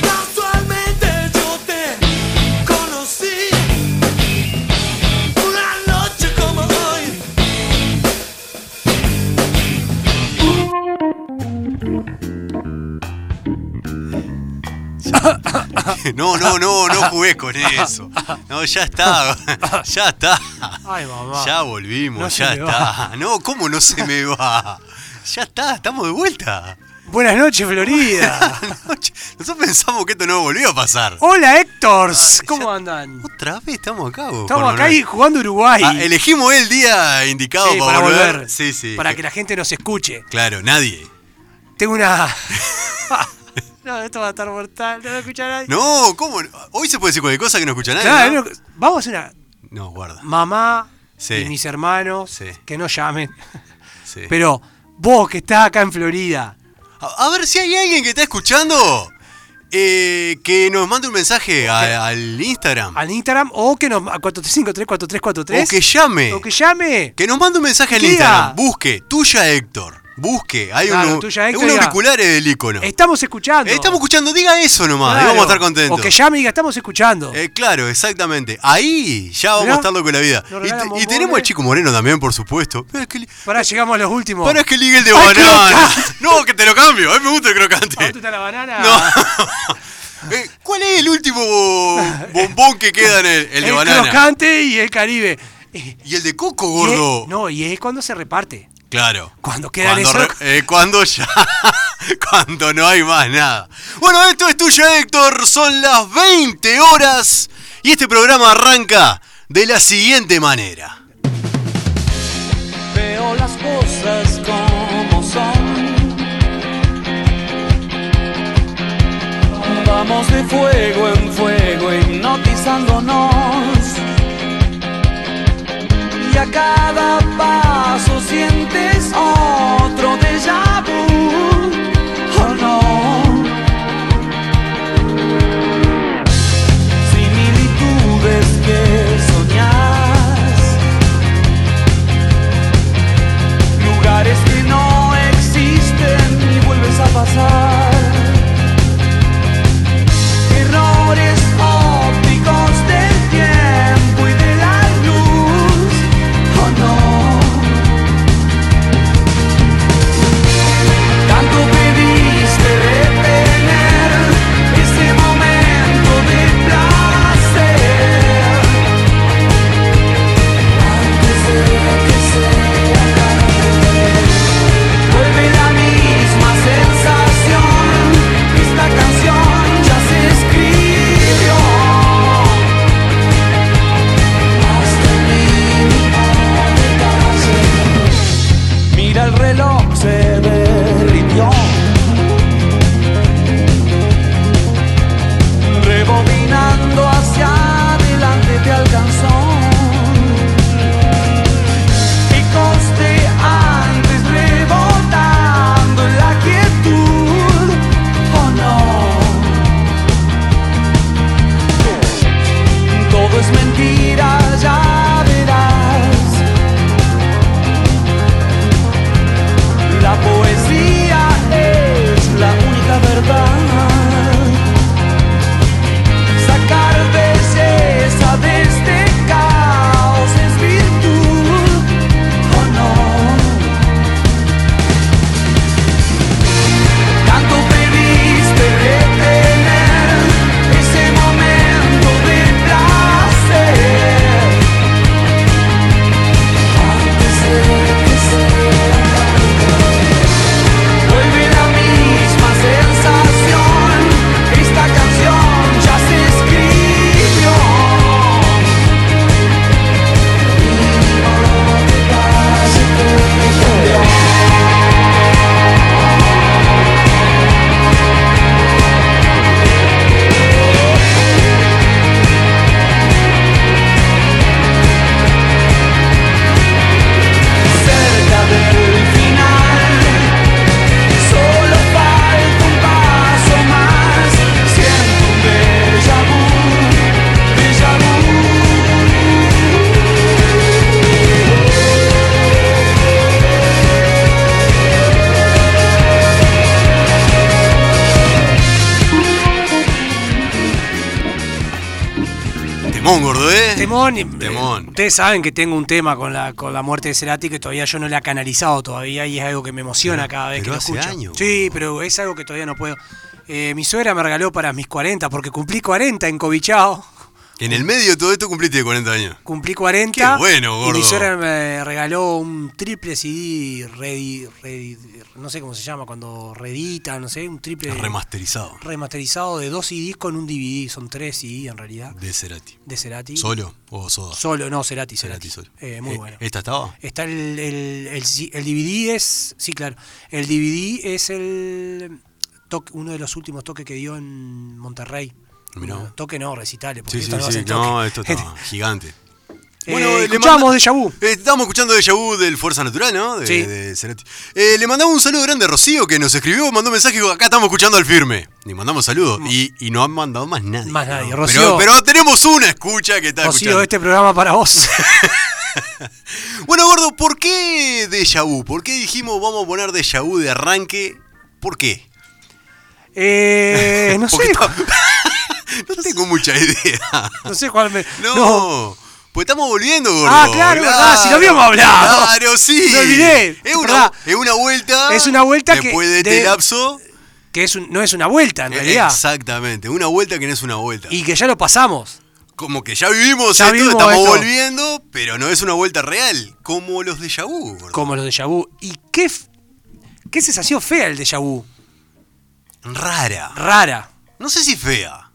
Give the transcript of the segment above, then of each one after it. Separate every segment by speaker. Speaker 1: Casualmente yo te conocí una noche como hoy.
Speaker 2: No, no, no, no jugué con eso. No, ya está. Ya está.
Speaker 3: Ay, mamá.
Speaker 2: Ya volvimos,
Speaker 3: No se
Speaker 2: ya
Speaker 3: me
Speaker 2: está. No, ¿cómo no se me va? Ya está, estamos de vuelta.
Speaker 3: Buenas noches, Florida.
Speaker 2: No, che, Nosotros pensamos que esto no volvió a pasar.
Speaker 3: Hola, Héctors.
Speaker 2: Ah,
Speaker 3: ¿Cómo
Speaker 2: ya-
Speaker 3: andan?
Speaker 2: Otra vez estamos acá, vos,
Speaker 3: Estamos
Speaker 2: Juan
Speaker 3: acá
Speaker 2: Manuel.
Speaker 3: y jugando Uruguay.
Speaker 2: Ah, elegimos el día indicado
Speaker 3: Sí,
Speaker 2: para,
Speaker 3: para
Speaker 2: volver.
Speaker 3: volver.
Speaker 2: Sí, sí.
Speaker 3: Para que la gente nos escuche.
Speaker 2: Claro, nadie.
Speaker 3: Tengo una. no, esto va a estar mortal. No lo escucha nadie.
Speaker 2: No, ¿cómo? no? Hoy se puede decir cualquier cosa que no escucha nadie.
Speaker 3: Claro,
Speaker 2: ¿no?
Speaker 3: no, Vamos a hacer una.
Speaker 2: No, guarda.
Speaker 3: Mamá
Speaker 2: Sí.
Speaker 3: y mis hermanos
Speaker 2: Sí.
Speaker 3: que no llamen.
Speaker 2: Sí.
Speaker 3: Pero vos que estás acá en Florida.
Speaker 2: A, a ver si hay alguien que está escuchando eh, que nos mande un mensaje a- al Instagram.
Speaker 3: Al Instagram o que nos. a 435-34343.
Speaker 2: O que llame.
Speaker 3: O que llame.
Speaker 2: Que nos mande un mensaje al
Speaker 3: Diga.
Speaker 2: Instagram. Busque, tuya Héctor. Busque. Hay
Speaker 3: Claro,
Speaker 2: un,
Speaker 3: tuya, Héctor,
Speaker 2: un
Speaker 3: diga.
Speaker 2: auricular es del icono. Eh,
Speaker 3: Estamos escuchando.
Speaker 2: Estamos escuchando, diga eso nomás.
Speaker 3: Claro.
Speaker 2: y vamos a estar contentos.
Speaker 3: O que llame y diga, estamos escuchando.
Speaker 2: Eh, claro, exactamente. Ahí ya vamos
Speaker 3: Mirá,
Speaker 2: a estar loco de la vida. Y,
Speaker 3: nos
Speaker 2: te-
Speaker 3: regalan
Speaker 2: y
Speaker 3: bombones.
Speaker 2: tenemos al chico Moreno también, por supuesto. Pará, es que, li-
Speaker 3: Pará, llegamos a los últimos.
Speaker 2: pará, eh, es que ligue el de
Speaker 3: Ay,
Speaker 2: banana.
Speaker 3: crocante.
Speaker 2: No, que te lo cambio. A mí me gusta el
Speaker 3: ¿A vos
Speaker 2: crocante.
Speaker 3: te gusta la banana?
Speaker 2: No. Eh, ¿Cuál es el último bombón que queda en el,
Speaker 3: Eh,
Speaker 2: el de banana?
Speaker 3: crocante y el Caribe. Y-
Speaker 2: Y el de coco,
Speaker 3: y es-
Speaker 2: gordo.
Speaker 3: Eh, no, y es cuando se reparte.
Speaker 2: Claro.
Speaker 3: Cuando quedan
Speaker 2: cuando
Speaker 3: esos-
Speaker 2: re- eh, cuando ya. cuando no hay más nada. Bueno, esto es tuyo, Héctor. Son las 20 horas. Y este programa arranca de la siguiente manera.
Speaker 1: Veo las cosas como son. Vamos de fuego en fuego, hipnotizándonos. Y a cada paso sientes otro déjà vu. Oh no. Similitudes que soñas. lugares que no existen y vuelves a pasar. Errores ópticos del tiempo. este
Speaker 2: Temón, gordo, ¿eh?
Speaker 3: Temón, y-
Speaker 2: Temón.
Speaker 3: eh, ustedes saben que tengo un tema con la, con la muerte de Cerati que todavía yo no la he canalizado todavía y es algo que me emociona cada vez
Speaker 2: pero
Speaker 3: que lo
Speaker 2: hace
Speaker 3: escucho.
Speaker 2: años.
Speaker 3: Sí, pero es algo que todavía no puedo. Eh, mi suegra me regaló para mis 40, porque cumplí 40 en Covichao.
Speaker 2: En el medio de todo esto cumpliste 40 años.
Speaker 3: Cumplí 40.
Speaker 2: Qué bueno,
Speaker 3: Y mi
Speaker 2: gordo.
Speaker 3: suegra me regaló un triple CD, redi- redi- no sé cómo se llama, cuando reedita, no sé, un triple
Speaker 2: Remasterizado.
Speaker 3: remasterizado de dos CDs con un DVD. Son tres CD en realidad,
Speaker 2: De Cerati.
Speaker 3: de Cerati.
Speaker 2: ¿Solo o Soda?
Speaker 3: Solo, no, Cerati. Cerati,
Speaker 2: Cerati solo.
Speaker 3: Eh, muy
Speaker 2: Eh,
Speaker 3: bueno.
Speaker 2: ¿Esta estaba?
Speaker 3: Está el, el, el si- el DVD es. Sí, claro. El DVD es el toque, uno de los últimos toques que dio en Monterrey.
Speaker 2: Mirá.
Speaker 3: Bueno, Toque no, recitales. porque
Speaker 2: Sí, sí,
Speaker 3: esto no
Speaker 2: sí.
Speaker 3: hacen
Speaker 2: No,
Speaker 3: toque. Este,
Speaker 2: esto está gigante.
Speaker 3: Eh,
Speaker 2: le
Speaker 3: escuchamos
Speaker 2: manda-
Speaker 3: Déjà Vu.
Speaker 2: Eh, Estamos escuchando Déjà Vu del Fuerza Natural, ¿no? De,
Speaker 3: Sí.
Speaker 2: de Cerati. Eh, le mandamos un saludo grande a Rocío que nos escribió, mandó un mensaje y dijo, acá estamos escuchando al firme. Le mandamos saludos. Y, y no han mandado más nadie.
Speaker 3: Más nadie.
Speaker 2: No. Pero,
Speaker 3: Rocío-
Speaker 2: pero tenemos una escucha que está
Speaker 3: Rocío,
Speaker 2: escuchando.
Speaker 3: este programa para vos.
Speaker 2: Bueno, gordo, ¿por qué Déjà Vu? ¿Por qué dijimos vamos a poner Déjà Vu de arranque? ¿Por qué?
Speaker 3: Eh, no sé.
Speaker 2: Porque está- no tengo mucha idea.
Speaker 3: No sé cuál me.
Speaker 2: No. Pues estamos volviendo, gordo.
Speaker 3: Ah, claro, es verdad, si lo habíamos hablado.
Speaker 2: Claro, sí.
Speaker 3: Me olvidé,
Speaker 2: Es
Speaker 3: es
Speaker 2: una,
Speaker 3: verdad.
Speaker 2: es una vuelta.
Speaker 3: Es una vuelta que-
Speaker 2: Después de este
Speaker 3: de-
Speaker 2: lapso.
Speaker 3: Que es un- no es una vuelta en
Speaker 2: eh,
Speaker 3: realidad.
Speaker 2: Exactamente. Una vuelta que no es una vuelta.
Speaker 3: Y que ya lo pasamos.
Speaker 2: como que ya vivimos
Speaker 3: Ya
Speaker 2: esto,
Speaker 3: vivimos
Speaker 2: estamos
Speaker 3: esto.
Speaker 2: volviendo, pero no es una vuelta real. Como los de Yahoo, gordo.
Speaker 3: Como los de Vu. Y qué, f- qué sensación fea el de Vu.
Speaker 2: Rara.
Speaker 3: Rara.
Speaker 2: No sé si fea.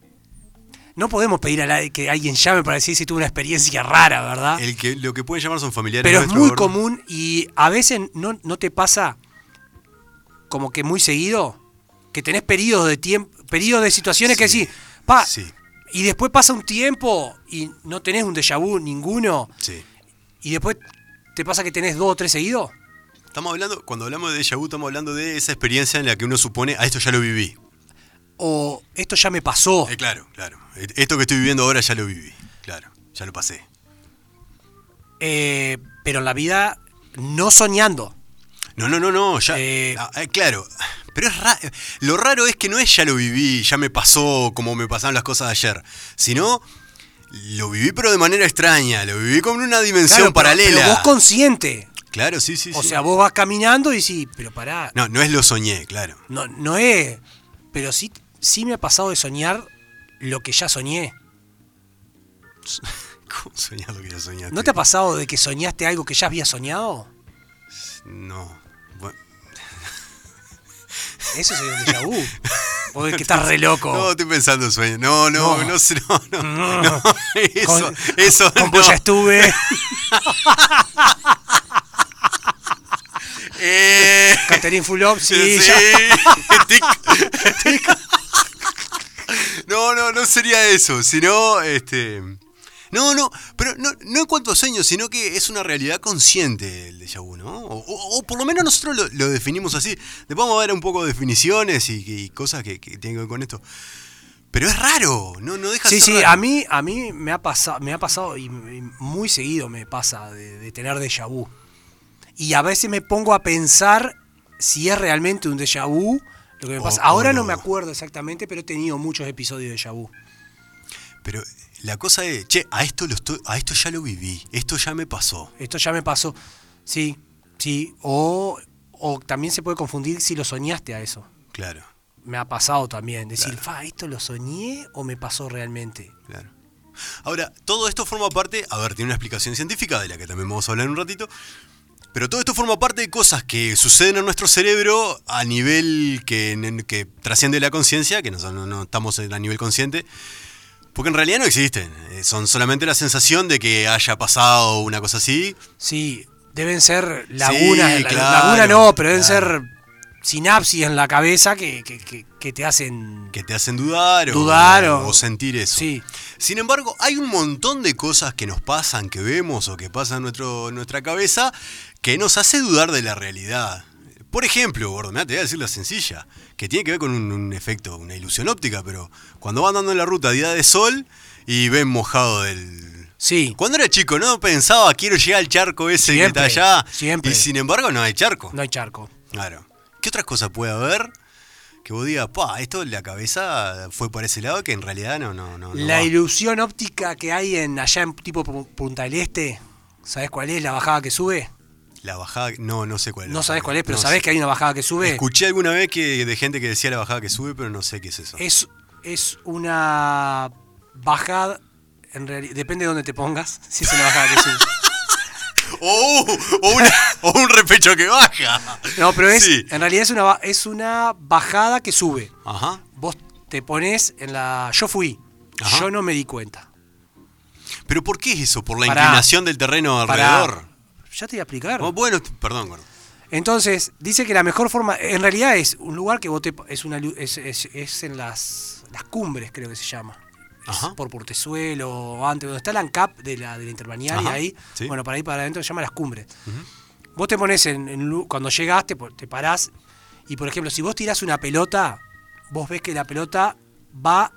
Speaker 3: No podemos pedir a la- que alguien llame para decir si tuvo una experiencia rara, ¿verdad?
Speaker 2: El que, lo que pueden llamar son familiares.
Speaker 3: Pero es
Speaker 2: nuestros,
Speaker 3: muy
Speaker 2: gordo.
Speaker 3: común y a veces no, no te pasa como que muy seguido que tenés periodos de tiempo, periodos de situaciones que
Speaker 2: Sí,
Speaker 3: decís, pa,
Speaker 2: sí.
Speaker 3: y después pasa un tiempo y no tenés un déjà vu ninguno,
Speaker 2: Sí.
Speaker 3: y después te pasa que tenés dos o tres seguidos.
Speaker 2: Estamos hablando, cuando hablamos de Yahoo, estamos hablando de esa experiencia en la que uno supone, a esto ya lo viví.
Speaker 3: O esto ya me pasó.
Speaker 2: Eh, claro, claro. E- Esto que estoy viviendo ahora ya lo viví. Claro, ya lo pasé.
Speaker 3: Eh, pero en la vida, no soñando.
Speaker 2: No, no, no, no, ya.
Speaker 3: Eh,
Speaker 2: ah, eh, claro. Pero es ra- lo raro es que no es ya lo viví, ya me pasó como me pasaron las cosas ayer, sino lo viví pero de manera extraña, lo viví con una dimensión
Speaker 3: Claro, pero-
Speaker 2: paralela.
Speaker 3: pero vos consciente.
Speaker 2: Claro, sí, sí,
Speaker 3: O
Speaker 2: sí.
Speaker 3: sea, vos vas caminando y sí, pero pará.
Speaker 2: no, no es lo soñé, claro.
Speaker 3: No, no es. Pero sí, sí me ha pasado de soñar lo que ya soñé.
Speaker 2: ¿Cómo soñás lo que ya soñaste?
Speaker 3: ¿No te ha pasado de que soñaste algo que ya había soñado?
Speaker 2: No. Bueno,
Speaker 3: Eso sería un déjà vu. O de que estás re loco.
Speaker 2: No, estoy pensando en sueños. No, no, no,
Speaker 3: No.
Speaker 2: sé, no, no,
Speaker 3: No.
Speaker 2: no, Eso,
Speaker 3: Con-
Speaker 2: eso
Speaker 3: Con
Speaker 2: no.
Speaker 3: vos ya estuve.
Speaker 2: Eh,
Speaker 3: Caterín Fulop, sí,
Speaker 2: sí,
Speaker 3: ya.
Speaker 2: tic, tic. No, no, no sería eso, sino este no, no, pero no, no en cuanto a sueños, sino que es una realidad consciente el déjà vu, ¿no? O, o- o por lo menos nosotros lo, lo definimos así. Después vamos a ver un poco de definiciones y, y cosas que, que tienen que ver con esto. Pero es raro, no, no deja de
Speaker 3: Sí,
Speaker 2: ser
Speaker 3: sí,
Speaker 2: raro.
Speaker 3: a mí, a mí me, ha pasado, me ha pasado y y muy seguido me pasa de, de tener déjà vu. Y a veces me pongo a pensar si es realmente un déjà vu lo que me
Speaker 2: O-
Speaker 3: pasa.
Speaker 2: o
Speaker 3: Ahora no
Speaker 2: no.
Speaker 3: me acuerdo exactamente, pero he tenido muchos episodios de déjà vu.
Speaker 2: Pero la cosa es, che, a esto, lo estoy- a esto ya lo viví, esto ya me pasó.
Speaker 3: Esto ya me pasó. Sí, sí. O, o también se puede confundir si lo soñaste a eso.
Speaker 2: Claro,
Speaker 3: Me ha pasado también. Decir, fa, ¿esto lo soñé o me pasó realmente?
Speaker 2: claro. Ahora, todo esto forma parte, a ver, tiene una explicación científica de la que también vamos a hablar en un ratito, pero todo esto forma parte de cosas que suceden en nuestro cerebro a nivel que, en- que trasciende la conciencia, que nosotros no, no estamos en- a nivel consciente, porque en realidad no existen, eh, son solamente la sensación de que haya pasado una cosa así,
Speaker 3: Sí, deben ser lagunas. la-
Speaker 2: claro,
Speaker 3: laguna no, pero deben
Speaker 2: claro.
Speaker 3: ser sinapsis en la cabeza que, que- que- que te hacen.
Speaker 2: que te hacen dudar, o-
Speaker 3: Dudar
Speaker 2: o,
Speaker 3: o-
Speaker 2: sentir eso.
Speaker 3: Sí.
Speaker 2: Sin embargo, hay un montón de cosas que nos pasan, que vemos o que pasan en nuestro, nuestra cabeza, que nos hace dudar de la realidad. Por ejemplo, gordo, mirá, te voy a decir la sencilla, que tiene que ver con un, un efecto, una ilusión óptica, pero cuando van andando en la ruta día de sol y ven mojado del...
Speaker 3: Sí.
Speaker 2: Cuando era chico no pensaba, quiero llegar al charco ese
Speaker 3: Siempre,
Speaker 2: que está allá.
Speaker 3: siempre.
Speaker 2: Y sin embargo no hay charco.
Speaker 3: No hay charco.
Speaker 2: Claro. ¿Qué otras cosas puede haber? que vos digas, pa, esto en la cabeza fue por ese lado que en realidad no, no, no. no
Speaker 3: La
Speaker 2: va.
Speaker 3: ilusión óptica que hay en allá en tipo Pu- Punta del Este, ¿sabés cuál es la bajada que sube?
Speaker 2: La bajada, no, no sé cuál es.
Speaker 3: No sabés cuál es, pero
Speaker 2: No
Speaker 3: sabés
Speaker 2: sé.
Speaker 3: que hay una bajada que sube.
Speaker 2: Escuché alguna vez que de gente que decía la bajada que sube, pero no sé qué es eso.
Speaker 3: Es, es una bajada, en realidad, depende de dónde te pongas, si es una bajada que sube.
Speaker 2: ¡Oh! O, una- o un repecho que baja.
Speaker 3: No, pero es,
Speaker 2: Sí.
Speaker 3: en realidad es una, ba- es una bajada que sube.
Speaker 2: Ajá.
Speaker 3: Vos te pones en la... Yo fui,
Speaker 2: Ajá.
Speaker 3: yo no me di cuenta.
Speaker 2: ¿Pero por qué es eso? ¿Por la
Speaker 3: Pará.
Speaker 2: inclinación del terreno
Speaker 3: Pará.
Speaker 2: alrededor?
Speaker 3: Ya te voy a explicar.
Speaker 2: Oh, bueno, t- perdón, gordo.
Speaker 3: Entonces, dice que la mejor forma, en realidad es un lugar que vos te- es, una, lu- es, es- es en las, las cumbres, creo que se llama. Es
Speaker 2: Ajá.
Speaker 3: por Portezuelo, o antes, donde está la ANCAP de la, de la interbalnearia
Speaker 2: Ajá,
Speaker 3: ahí.
Speaker 2: sí.
Speaker 3: Bueno, para ahí para adentro se llama las cumbres. Vos te pones en, en lu- cuando llegás, te, po- te parás, y por ejemplo, si vos tirás una pelota, vos ves que la pelota va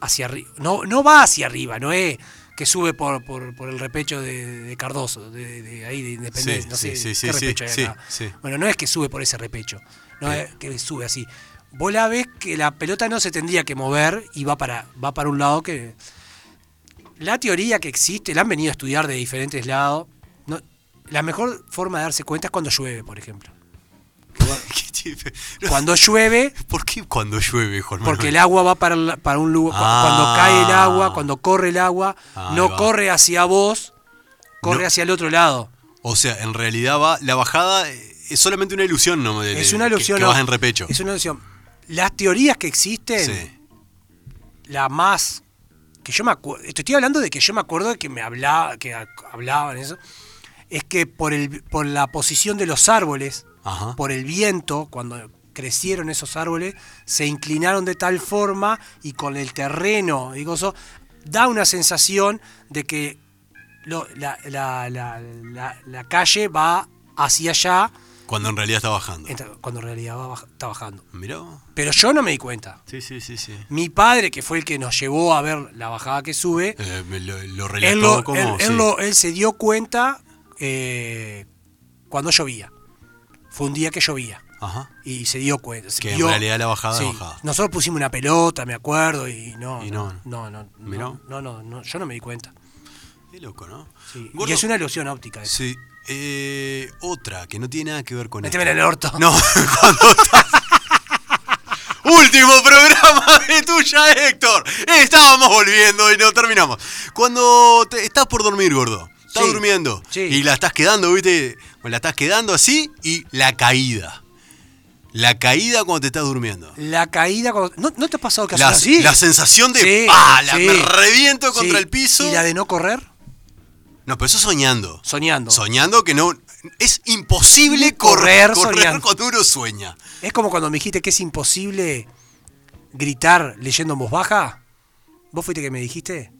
Speaker 3: hacia arriba. No, no va hacia arriba, no es que sube por, por, por el repecho de, de Cardoso, de, de ahí, de Independencia.
Speaker 2: Sí,
Speaker 3: no
Speaker 2: sí,
Speaker 3: sé
Speaker 2: sí,
Speaker 3: qué
Speaker 2: sí,
Speaker 3: repecho hay
Speaker 2: sí,
Speaker 3: acá.
Speaker 2: sí.
Speaker 3: Bueno, no es que sube por ese repecho, no es que sube así. Vos la ves que la pelota no se tendría que mover y va para, va para un lado que. La teoría que existe, la han venido a estudiar de diferentes lados. No, la mejor forma de darse cuenta es cuando llueve, por ejemplo.
Speaker 2: ¿Qué chiste? No,
Speaker 3: Cuando llueve,
Speaker 2: ¿Por qué cuando llueve, Juan
Speaker 3: porque el
Speaker 2: Manuel?
Speaker 3: agua va para, el- para un lugar. cu-
Speaker 2: Ah.
Speaker 3: Cuando cae el agua, cuando corre el agua,
Speaker 2: Ahí
Speaker 3: no
Speaker 2: va.
Speaker 3: corre hacia vos, corre
Speaker 2: No.
Speaker 3: hacia el otro lado.
Speaker 2: O sea, en realidad va la bajada eh, es solamente una ilusión, ¿no? De-
Speaker 3: es
Speaker 2: de-
Speaker 3: una
Speaker 2: que-
Speaker 3: ilusión.
Speaker 2: Que,
Speaker 3: ¿no?
Speaker 2: vas en repecho.
Speaker 3: Es una ilusión. Las teorías que existen,
Speaker 2: Sí.
Speaker 3: la más. que yo me acuerdo. Estoy hablando de que yo me acuerdo de que me hablaba, que a- hablaban eso. Es que por, el, por la posición de los árboles,
Speaker 2: Ajá.
Speaker 3: por el viento, cuando crecieron esos árboles, se inclinaron de tal forma y con el terreno y cosas, da una sensación de que lo- la, la- la- la- la calle va hacia allá,
Speaker 2: Cuando en realidad está bajando.
Speaker 3: entra- cuando en realidad va baj- está bajando.
Speaker 2: Mirá.
Speaker 3: Pero yo no me di cuenta.
Speaker 2: Sí, sí, sí, sí.
Speaker 3: Mi padre, que fue el que nos llevó a ver la bajada que sube,
Speaker 2: Eh, lo, lo relató
Speaker 3: él, lo-
Speaker 2: como.
Speaker 3: él- él
Speaker 2: sí.
Speaker 3: lo- él se dio cuenta eh, cuando llovía. Fue un día que llovía
Speaker 2: Ajá.
Speaker 3: y se dio cuenta. se
Speaker 2: Que en
Speaker 3: vio-
Speaker 2: realidad la bajada es
Speaker 3: Sí.
Speaker 2: bajada.
Speaker 3: Nosotros pusimos una pelota, me acuerdo, y no.
Speaker 2: Y
Speaker 3: no,
Speaker 2: no.
Speaker 3: no, no, no,
Speaker 2: Miró.
Speaker 3: no, no, no, yo no me di cuenta.
Speaker 2: Qué loco, ¿no?
Speaker 3: Sí.
Speaker 2: Gordo,
Speaker 3: Y es una ilusión óptica. eso.
Speaker 2: Sí. Eh, otra que no tiene nada que ver con
Speaker 3: Méteme en
Speaker 2: esto.
Speaker 3: el orto.
Speaker 2: No, cuando está- Último programa de tuya, Héctor. Estábamos volviendo y no terminamos. Cuando te- estás por dormir, gordo. Estás
Speaker 3: Sí.
Speaker 2: durmiendo.
Speaker 3: Sí.
Speaker 2: Y la estás quedando, ¿viste? Bueno, La estás quedando así y la caída. La caída cuando te estás durmiendo.
Speaker 3: La caída. cuando- ¿No, no te ha pasado que haces
Speaker 2: La,
Speaker 3: así?
Speaker 2: la sensación de
Speaker 3: Sí,
Speaker 2: ¡pah! La,
Speaker 3: sí.
Speaker 2: Me reviento contra
Speaker 3: Sí.
Speaker 2: el piso.
Speaker 3: ¿Y la de no correr?
Speaker 2: No, pero eso soñando.
Speaker 3: Soñando.
Speaker 2: Soñando que no. Es imposible correr,
Speaker 3: Correr
Speaker 2: correr
Speaker 3: soñando.
Speaker 2: cuando uno sueña.
Speaker 3: es como cuando me dijiste que es imposible gritar leyendo en voz baja. ¿Vos fuiste que me dijiste?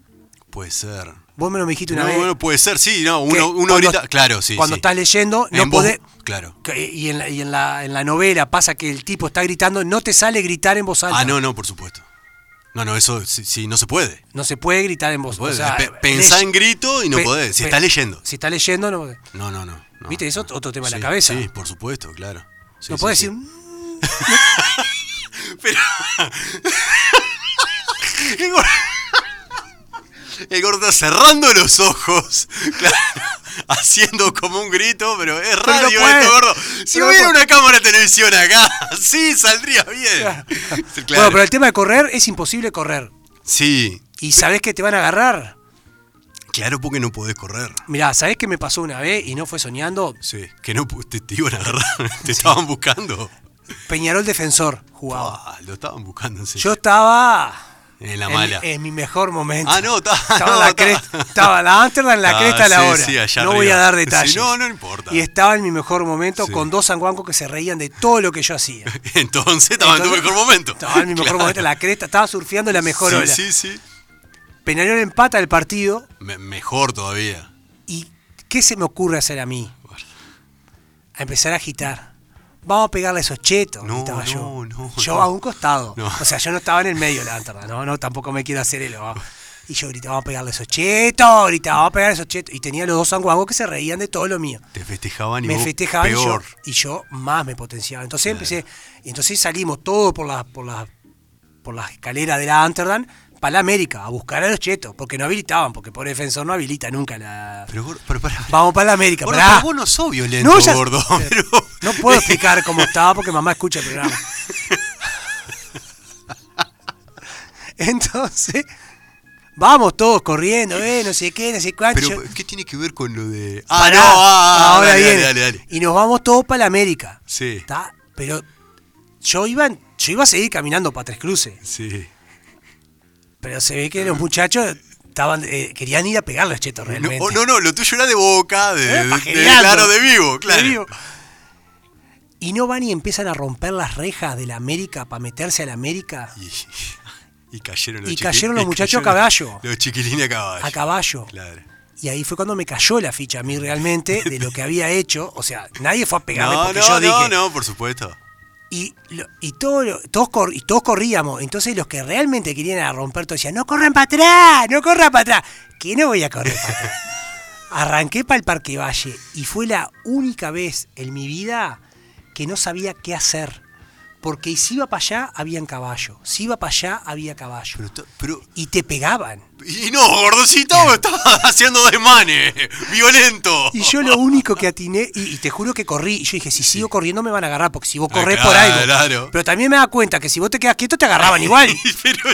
Speaker 2: Puede ser.
Speaker 3: Vos me lo dijiste una
Speaker 2: No,
Speaker 3: vez.
Speaker 2: bueno, puede ser, sí, no,
Speaker 3: que
Speaker 2: uno, uno
Speaker 3: cuando-
Speaker 2: ahorita, claro, sí.
Speaker 3: Cuando
Speaker 2: sí.
Speaker 3: estás leyendo, no
Speaker 2: En voz-
Speaker 3: podés.
Speaker 2: Claro.
Speaker 3: que- Y, en la, y en, la, en la novela pasa que el tipo está gritando, no te sale gritar en voz alta.
Speaker 2: Ah, no, no, por supuesto. No, no, eso sí, sí, no se puede.
Speaker 3: No se puede gritar en voz
Speaker 2: Puede.
Speaker 3: o sea,
Speaker 2: Pe- pensá
Speaker 3: ley-
Speaker 2: en grito y no
Speaker 3: pe-
Speaker 2: podés, si
Speaker 3: pe-
Speaker 2: estás leyendo.
Speaker 3: Si estás leyendo, no podés.
Speaker 2: No, no, no. no.
Speaker 3: Viste, es otro- otro tema de la
Speaker 2: Sí,
Speaker 3: cabeza.
Speaker 2: Sí, por supuesto, claro. Sí,
Speaker 3: no
Speaker 2: sí,
Speaker 3: podés
Speaker 2: sí.
Speaker 3: decir. "Mm".
Speaker 2: El gordo, el gordo cerrando los ojos, claro, haciendo como un grito, pero es
Speaker 3: Pero no
Speaker 2: radio
Speaker 3: puede.
Speaker 2: esto, gordo. Si
Speaker 3: Pero no
Speaker 2: hubiera
Speaker 3: puede.
Speaker 2: una cámara de televisión acá, sí, saldría bien. Claro.
Speaker 3: Bueno, pero el tema de correr es imposible correr.
Speaker 2: Sí,
Speaker 3: ¿Y sabés que te van a agarrar?
Speaker 2: claro, porque no podés correr.
Speaker 3: Mirá, ¿sabés que me pasó una vez y no fue soñando?
Speaker 2: Sí, que no pu- te, te iban a agarrar, te estaban buscando.
Speaker 3: Peñarol defensor jugaba.
Speaker 2: Ah, lo estaban buscando en serio.
Speaker 3: Yo estaba.
Speaker 2: en la
Speaker 3: en-
Speaker 2: mala.
Speaker 3: En, mi mejor momento.
Speaker 2: Ah, no, ta-
Speaker 3: estaba
Speaker 2: no,
Speaker 3: en la
Speaker 2: ta-
Speaker 3: cresta. Estaba en la Amsterdam en la
Speaker 2: Ah,
Speaker 3: cresta de la
Speaker 2: sí,
Speaker 3: hora.
Speaker 2: sí, allá
Speaker 3: no voy a
Speaker 2: arriba.
Speaker 3: dar
Speaker 2: Sí,
Speaker 3: detalles.
Speaker 2: no, no importa.
Speaker 3: Y estaba en mi mejor momento
Speaker 2: Sí.
Speaker 3: con dos sanguancos que se reían de todo lo que yo hacía.
Speaker 2: Entonces estaba en tu
Speaker 3: Entonces,
Speaker 2: mejor momento.
Speaker 3: Estaba en mi mejor
Speaker 2: Claro.
Speaker 3: momento, la cresta, estaba surfeando la mejor
Speaker 2: sí,
Speaker 3: ola.
Speaker 2: Sí, sí.
Speaker 3: Peñarol empata el partido
Speaker 2: Me- mejor todavía.
Speaker 3: y ¿qué se me ocurre hacer a mí? A empezar a agitar. Vamos a pegarle a esos chetos,
Speaker 2: No,
Speaker 3: gritaba yo.
Speaker 2: no, no,
Speaker 3: yo
Speaker 2: no.
Speaker 3: a un costado.
Speaker 2: No.
Speaker 3: O sea, yo no estaba en el medio de la Antártida, no, no, tampoco me quiero hacer el. ¿no? Y yo gritaba, vamos a pegarle esos chetos, gritaba, vamos a pegarle esos chetos. Y tenía los dos sanguangos que se reían de todo lo mío.
Speaker 2: Te festejaban y
Speaker 3: me
Speaker 2: vos
Speaker 3: festejaban y yo,
Speaker 2: peor.
Speaker 3: y yo más me potenciaba. Entonces empecé, y entonces salimos todos por las por las por las escaleras de la Amsterdam para la América a buscar a los chetos, porque no habilitaban, porque por defensor no habilita nunca la
Speaker 2: Pero, gordo, pero pará, pará.
Speaker 3: Vamos para la América,
Speaker 2: Gordo,
Speaker 3: pará.
Speaker 2: pero vos no sos violento,
Speaker 3: ya-
Speaker 2: gordo.
Speaker 3: pero
Speaker 2: pero-
Speaker 3: No puedo explicar cómo estaba porque mamá escucha el programa. Entonces, vamos todos corriendo, eh, no sé qué, no sé cuánto.
Speaker 2: Pero,
Speaker 3: Yo-
Speaker 2: ¿qué tiene que ver con lo de.?
Speaker 3: Pará,
Speaker 2: ah,
Speaker 3: ahora
Speaker 2: dale,
Speaker 3: viene.
Speaker 2: Dale, dale, dale.
Speaker 3: Y nos vamos todos para la América.
Speaker 2: Sí,
Speaker 3: ¿tá? Pero yo iba, en- yo iba a seguir caminando para Tres Cruces.
Speaker 2: sí.
Speaker 3: Pero se ve que los muchachos estaban, eh, querían ir a pegar los chetos
Speaker 2: No,
Speaker 3: realmente.
Speaker 2: oh, no, no, lo tuyo era de boca, de,
Speaker 3: Eh,
Speaker 2: de- de-
Speaker 3: pajereando.
Speaker 2: claro, de vivo, claro.
Speaker 3: Te digo. Y no van y empiezan a romper las rejas de la América para meterse a la América
Speaker 2: Y, y cayeron los
Speaker 3: Y
Speaker 2: chiqui-
Speaker 3: cayeron los
Speaker 2: y
Speaker 3: muchachos a
Speaker 2: cayeron
Speaker 3: caballo.
Speaker 2: Los chiquilines a caballo.
Speaker 3: a caballo.
Speaker 2: Claro.
Speaker 3: Y ahí fue cuando me cayó la ficha a mí realmente de lo que había hecho. O sea, nadie fue a pegarme
Speaker 2: No,
Speaker 3: porque
Speaker 2: no,
Speaker 3: yo
Speaker 2: no,
Speaker 3: dije.
Speaker 2: no, por supuesto.
Speaker 3: Y, lo- y, todo lo- todos cor- y todos corríamos. Entonces los que realmente querían a romper todo decían, no corran para atrás, no corran para atrás. Que no voy a correr para atrás. Arranqué para el Parque Valle y fue la única vez en mi vida que no sabía qué hacer. Porque si iba para allá, habían caballo. Si iba para allá, había caballo.
Speaker 2: Pero, to- pero-
Speaker 3: Y te pegaban.
Speaker 2: Y no, gordocito, estaba haciendo desmanes. Violento.
Speaker 3: Y yo lo único que atiné, y, y te juro que corrí, y yo dije, si sigo corriendo me van a agarrar, porque si vos
Speaker 2: Ah,
Speaker 3: corres por algo.
Speaker 2: claro.
Speaker 3: Pero también me da cuenta que si vos te quedas quieto te agarraban igual.
Speaker 2: Pero,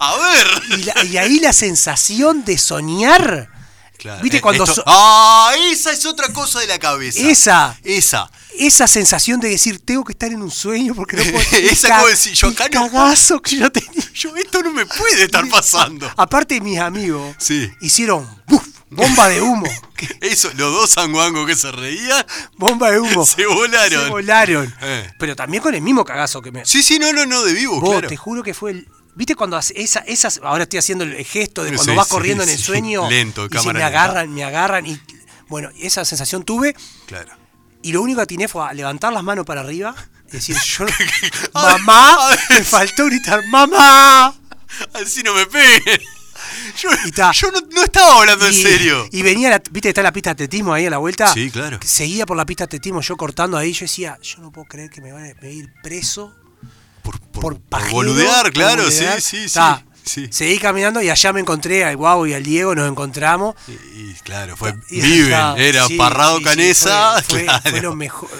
Speaker 2: a ver.
Speaker 3: Y, la- y ahí la sensación de soñar.
Speaker 2: Claro,
Speaker 3: ¿Viste
Speaker 2: eh,
Speaker 3: cuando
Speaker 2: esto-
Speaker 3: so-
Speaker 2: ¡Ah! Esa es otra cosa de la cabeza.
Speaker 3: Esa.
Speaker 2: Esa.
Speaker 3: esa sensación de decir, tengo que estar en un sueño porque no puedo.
Speaker 2: Esa
Speaker 3: ca-
Speaker 2: como decir, yo
Speaker 3: y
Speaker 2: acá no-
Speaker 3: cagazo que yo tenía.
Speaker 2: Yo, esto no me puede estar pasando.
Speaker 3: Aparte, mis amigos
Speaker 2: Sí.
Speaker 3: hicieron ¡buf! bomba de humo.
Speaker 2: Eso, los dos sanguangos que se reían.
Speaker 3: bomba de humo.
Speaker 2: Se volaron.
Speaker 3: Se volaron.
Speaker 2: Eh.
Speaker 3: Pero también con el mismo cagazo que me.
Speaker 2: Sí, sí, no, no, no, de vivo,
Speaker 3: Vos,
Speaker 2: claro.
Speaker 3: te juro que fue el. ¿Viste cuando hace- esa, esas. Ahora estoy haciendo el gesto de cuando
Speaker 2: Sí,
Speaker 3: vas
Speaker 2: sí,
Speaker 3: corriendo en el
Speaker 2: sí.
Speaker 3: sueño.
Speaker 2: Lento,
Speaker 3: y se
Speaker 2: cámara
Speaker 3: me
Speaker 2: lenta.
Speaker 3: agarran, me agarran. Y bueno, esa sensación tuve.
Speaker 2: Claro.
Speaker 3: Y lo único que atiné fue a levantar las manos para arriba. y Decir, yo. ¡Mamá! Me faltó gritar, ¡Mamá!
Speaker 2: Ah, Así no me peguen. Yo,
Speaker 3: Y ta.
Speaker 2: yo no, no estaba hablando en
Speaker 3: Y-
Speaker 2: serio.
Speaker 3: Y venía, la, viste, está la pista de atletismo ahí a la vuelta.
Speaker 2: Sí, claro.
Speaker 3: que Seguía por la pista de atletismo, yo cortando ahí, yo decía, yo no puedo creer que me van a, me voy a ir preso
Speaker 2: por, por-
Speaker 3: por,
Speaker 2: por
Speaker 3: pajero,
Speaker 2: boludear,
Speaker 3: por
Speaker 2: claro,
Speaker 3: boludear.
Speaker 2: sí, sí,
Speaker 3: Ta,
Speaker 2: sí. sí.
Speaker 3: Seguí caminando y allá me encontré al Guau y al Diego, nos encontramos.
Speaker 2: Y, y claro, fue
Speaker 3: Y-
Speaker 2: viven,
Speaker 3: ta,
Speaker 2: era
Speaker 3: sí,
Speaker 2: parrado
Speaker 3: sí, sí,
Speaker 2: canesa.
Speaker 3: fue, fue-
Speaker 2: claro.
Speaker 3: fue lo mejor.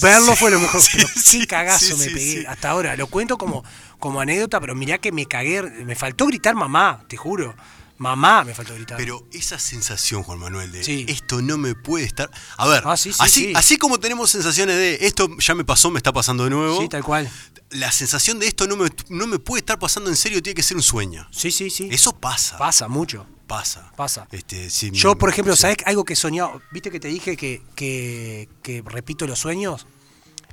Speaker 3: Verlo fue lo mejor.
Speaker 2: sí,
Speaker 3: pero
Speaker 2: sí,
Speaker 3: qué cagazo
Speaker 2: sí,
Speaker 3: me
Speaker 2: sí,
Speaker 3: pegué
Speaker 2: sí.
Speaker 3: hasta ahora. Lo cuento como, como anécdota, pero mirá que me cagué. Me faltó gritar mamá, te juro. Mamá me faltó gritar.
Speaker 2: Pero esa sensación, Juan Manuel, de
Speaker 3: Sí.
Speaker 2: esto no me puede estar. A ver,
Speaker 3: Ah, sí, sí,
Speaker 2: así,
Speaker 3: sí.
Speaker 2: así como tenemos sensaciones de esto ya me pasó, me está pasando de nuevo.
Speaker 3: sí, tal cual.
Speaker 2: La sensación de esto no me, no me puede estar pasando en serio, tiene que ser un sueño.
Speaker 3: Sí, sí, sí.
Speaker 2: Eso pasa.
Speaker 3: Pasa mucho.
Speaker 2: pasa.
Speaker 3: Pasa.
Speaker 2: Este, sí,
Speaker 3: Yo, por ejemplo,
Speaker 2: sí.
Speaker 3: ¿sabes algo que he soñado? ¿Viste que te dije que, que, que repito los sueños?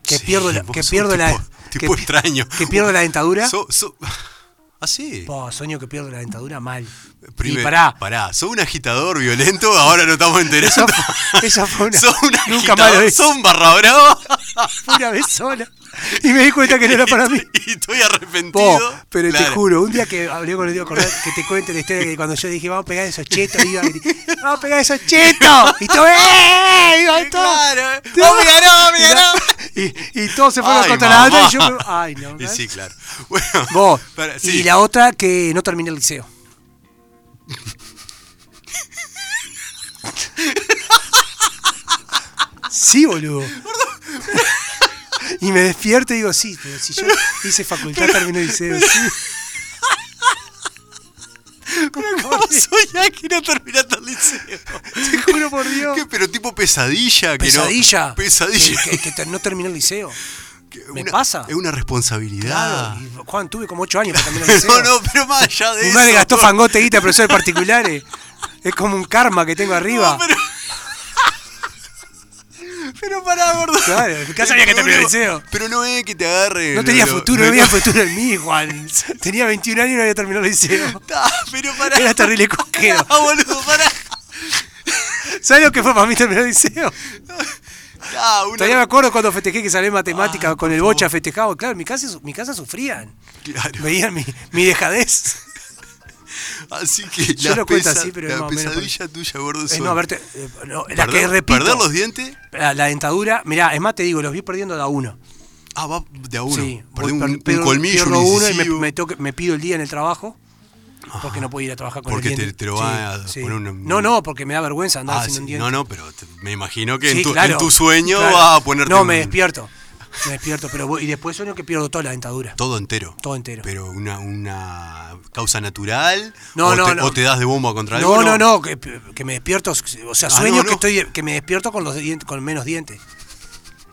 Speaker 3: Que
Speaker 2: Sí,
Speaker 3: pierdo la.
Speaker 2: vos
Speaker 3: Que
Speaker 2: sos
Speaker 3: pierdo
Speaker 2: un
Speaker 3: la
Speaker 2: tipo-
Speaker 3: que
Speaker 2: tipo
Speaker 3: pi-
Speaker 2: extraño.
Speaker 3: Que pierdo la dentadura.
Speaker 2: So- so- ah, sí.
Speaker 3: Po, sueño que pierdo la dentadura mal.
Speaker 2: Primer-
Speaker 3: y pará.
Speaker 2: Pará, sos un agitador violento, ahora no estamos
Speaker 3: Esa
Speaker 2: enterando.
Speaker 3: fue, esa fue una.
Speaker 2: Sos un
Speaker 3: nunca más lo
Speaker 2: agitador,
Speaker 3: hice.
Speaker 2: sos un barra brava.
Speaker 3: Fue una vez sola. Y me di cuenta que no era para mí.
Speaker 2: Y estoy arrepentido.
Speaker 3: Po, pero te
Speaker 2: Claro.
Speaker 3: juro, un día que hablé con el Diego Corral, que te cuente la historia de que cuando yo dije, vamos a pegar esos chetos, iba a gritar, vamos a pegar esos chetos. Y todo, ¡eh! Iba todo.
Speaker 2: Claro, eh. Vamos, mira, no, mira, no.
Speaker 3: Y, y todos se fueron
Speaker 2: Ay,
Speaker 3: contra la
Speaker 2: mamá.
Speaker 3: banda y yo, me- ¡ay, no!
Speaker 2: Y
Speaker 3: ¿ves?
Speaker 2: sí, claro. Bueno,
Speaker 3: Vos,
Speaker 2: pará,
Speaker 3: y
Speaker 2: sí.
Speaker 3: la otra que no terminé el liceo. Sí, boludo. Y me despierto y digo, sí, pero si yo hice facultad, terminé el liceo. sí.
Speaker 2: ¿Cómo soy aquí no terminaste el liceo?
Speaker 3: Te juro por Dios.
Speaker 2: ¿Qué? Pero tipo pesadilla. que no-
Speaker 3: pesadilla.
Speaker 2: pesadilla.
Speaker 3: Que, que- que te- no terminé el liceo.
Speaker 2: Que
Speaker 3: me
Speaker 2: una-
Speaker 3: pasa.
Speaker 2: Es una responsabilidad.
Speaker 3: Claro. Y, Juan, tuve como ocho años para terminar el liceo.
Speaker 2: No, no, pero más allá de
Speaker 3: Mi
Speaker 2: eso.
Speaker 3: madre gastó fangote guita de profesores particulares. Es como un karma que tengo
Speaker 2: No,
Speaker 3: arriba.
Speaker 2: pero... pero pará, gordo.
Speaker 3: Claro, ya sabía que terminó el liceo.
Speaker 2: Pero no es que te agarre.
Speaker 3: No
Speaker 2: lo-
Speaker 3: tenía
Speaker 2: lo-
Speaker 3: futuro, no había futuro en mí, Juan. Tenía 21 años y no había terminado el liceo.
Speaker 2: Ah, pero pará.
Speaker 3: Era terrible cosquero.
Speaker 2: Ah, boludo, pará.
Speaker 3: ¿Sabes lo que fue para mí terminar el liceo?
Speaker 2: Ah, una-
Speaker 3: Todavía me acuerdo cuando festejé que salí en
Speaker 2: Ah,
Speaker 3: matemáticas con el bocha festejado. Claro, en mi casa, su- mi casa sufrían.
Speaker 2: Claro.
Speaker 3: Veían mi, mi dejadez.
Speaker 2: Así que
Speaker 3: Yo
Speaker 2: la,
Speaker 3: lo cuento
Speaker 2: pesa-
Speaker 3: así, pero es
Speaker 2: la
Speaker 3: más o menos
Speaker 2: pesadilla tuya, gordo,
Speaker 3: Eh,
Speaker 2: son
Speaker 3: no, verte, eh, no, la
Speaker 2: perder,
Speaker 3: que repito,
Speaker 2: perder los dientes.
Speaker 3: la, la dentadura, mirá, es más, te digo, los vi perdiendo de a uno.
Speaker 2: Ah, va de a uno.
Speaker 3: Sí,
Speaker 2: Perdí
Speaker 3: voy
Speaker 2: un,
Speaker 3: per-
Speaker 2: un
Speaker 3: pierdo-
Speaker 2: colmillo, un
Speaker 3: pierdo uno y me,
Speaker 2: incisivo. Ah,
Speaker 3: me toque- me pido el día en el trabajo porque no puedo ir a trabajar con
Speaker 2: Porque
Speaker 3: el
Speaker 2: te-
Speaker 3: diente.
Speaker 2: te lo va a poner una-
Speaker 3: No, no, porque me da vergüenza andar
Speaker 2: Ah,
Speaker 3: sin
Speaker 2: sí,
Speaker 3: un diente.
Speaker 2: No, no, pero te- me imagino que
Speaker 3: Sí,
Speaker 2: en, tu,
Speaker 3: claro,
Speaker 2: en tu sueño
Speaker 3: claro.
Speaker 2: vas a ponerte
Speaker 3: No,
Speaker 2: un-
Speaker 3: me despierto. Me despierto, pero voy- y después sueño que pierdo toda la dentadura.
Speaker 2: todo entero.
Speaker 3: Todo entero.
Speaker 2: Pero una, una causa natural.
Speaker 3: No,
Speaker 2: o
Speaker 3: no,
Speaker 2: te,
Speaker 3: no.
Speaker 2: o te das de bomba contra
Speaker 3: No,
Speaker 2: algo.
Speaker 3: no, no, que, que me despierto, o sea,
Speaker 2: Ah,
Speaker 3: sueño
Speaker 2: no,
Speaker 3: que
Speaker 2: no.
Speaker 3: estoy que me despierto con los dientes, con menos dientes.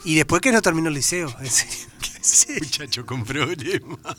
Speaker 3: Y después que no termino el liceo, en serio. Sí.
Speaker 2: Muchacho con problemas.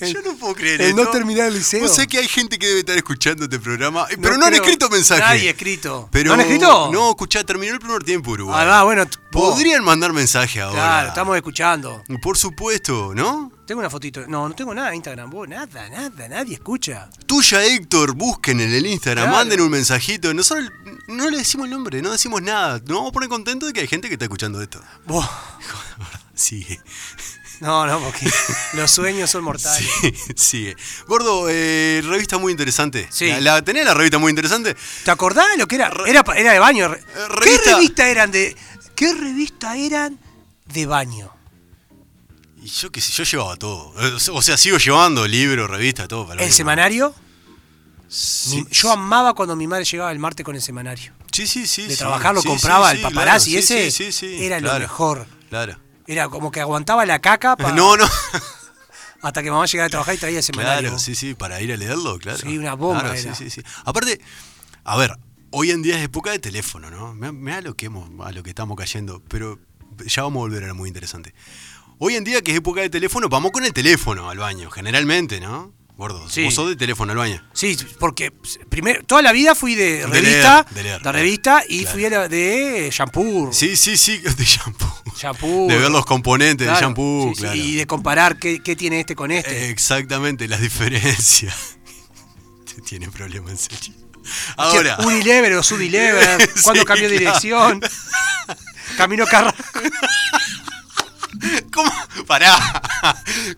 Speaker 2: Yo no puedo creer
Speaker 3: el no
Speaker 2: esto.
Speaker 3: terminar el liceo.
Speaker 2: Vos sé que hay gente que debe estar escuchando este programa, eh,
Speaker 3: No
Speaker 2: pero no, han
Speaker 3: creo-
Speaker 2: escrito mensaje.
Speaker 3: Nadie ha escrito.
Speaker 2: Pero,
Speaker 3: ¿No han escrito?
Speaker 2: No, escuchá, terminó el primer tiempo Uruguay.
Speaker 3: Ah, va, bueno, t- vos.
Speaker 2: Podrían mandar mensaje ahora.
Speaker 3: Claro, estamos escuchando.
Speaker 2: Por supuesto, ¿no?
Speaker 3: Tengo una fotito. No, no tengo nada en Instagram, vos, nada, nada, nadie escucha.
Speaker 2: Tuya, Héctor, busquen en el Instagram,
Speaker 3: Claro.
Speaker 2: manden un mensajito. Nosotros no le decimos el nombre, no decimos nada. Nos vamos a poner contentos de que hay gente que está escuchando esto.
Speaker 3: Vos.
Speaker 2: Sigue,
Speaker 3: No, no, porque los sueños son mortales.
Speaker 2: sigue. Gordo, eh, revista muy interesante.
Speaker 3: Sí.
Speaker 2: ¿La, la- tenés la revista muy interesante?
Speaker 3: ¿Te acordás de lo que era? Era, pa- era de baño. ¿Qué
Speaker 2: Eh, revista-
Speaker 3: revista eran de. ¿Qué revista eran de baño?
Speaker 2: Y yo qué sé, yo llevaba todo. Eh, O sea, sigo llevando libro, revista, todo. para lo
Speaker 3: El
Speaker 2: mismo.
Speaker 3: semanario.
Speaker 2: Sí,
Speaker 3: Mi- yo amaba cuando mi madre llegaba el martes con el semanario.
Speaker 2: sí, sí, sí,
Speaker 3: De
Speaker 2: sí.
Speaker 3: trabajar lo
Speaker 2: Sí,
Speaker 3: compraba
Speaker 2: sí,
Speaker 3: el
Speaker 2: sí,
Speaker 3: paparazzi.
Speaker 2: claro, sí,
Speaker 3: ese
Speaker 2: sí, sí, sí,
Speaker 3: era lo
Speaker 2: claro,
Speaker 3: mejor.
Speaker 2: Claro.
Speaker 3: Era como que aguantaba la caca pa-
Speaker 2: No, no.
Speaker 3: hasta que mamá llegara a trabajar y traía el semanario.
Speaker 2: Claro, sí, sí, para ir a leerlo, claro.
Speaker 3: Sí, una bomba
Speaker 2: Claro,
Speaker 3: era.
Speaker 2: sí, sí, sí. Aparte, a ver, hoy en día es época de teléfono, ¿no? Mira lo que hemos, a lo que estamos cayendo, pero ya vamos a volver a lo muy interesante. Hoy en día que es época de teléfono, vamos con el teléfono al baño, generalmente, ¿no? Gordo,
Speaker 3: Sí.
Speaker 2: vos sos de teléfono al baño.
Speaker 3: Sí, porque primero, toda la vida fui de
Speaker 2: De
Speaker 3: revista,
Speaker 2: leer, de leer.
Speaker 3: revista y
Speaker 2: Claro.
Speaker 3: fui a la de eh, shampoo.
Speaker 2: Sí, sí, sí, de shampoo.
Speaker 3: Shampoo.
Speaker 2: De ver los componentes
Speaker 3: Claro,
Speaker 2: de shampoo,
Speaker 3: sí, sí,
Speaker 2: claro. Eh,
Speaker 3: Y de comparar qué, qué tiene este con este.
Speaker 2: Exactamente, las diferencias. Tiene problemas en serio.
Speaker 3: Che,
Speaker 2: Ahora.
Speaker 3: Unilever o Sudilever,
Speaker 2: Sí,
Speaker 3: cuándo cambió de
Speaker 2: claro.
Speaker 3: dirección. Camino Carrasco.
Speaker 2: ¿Cómo? Pará.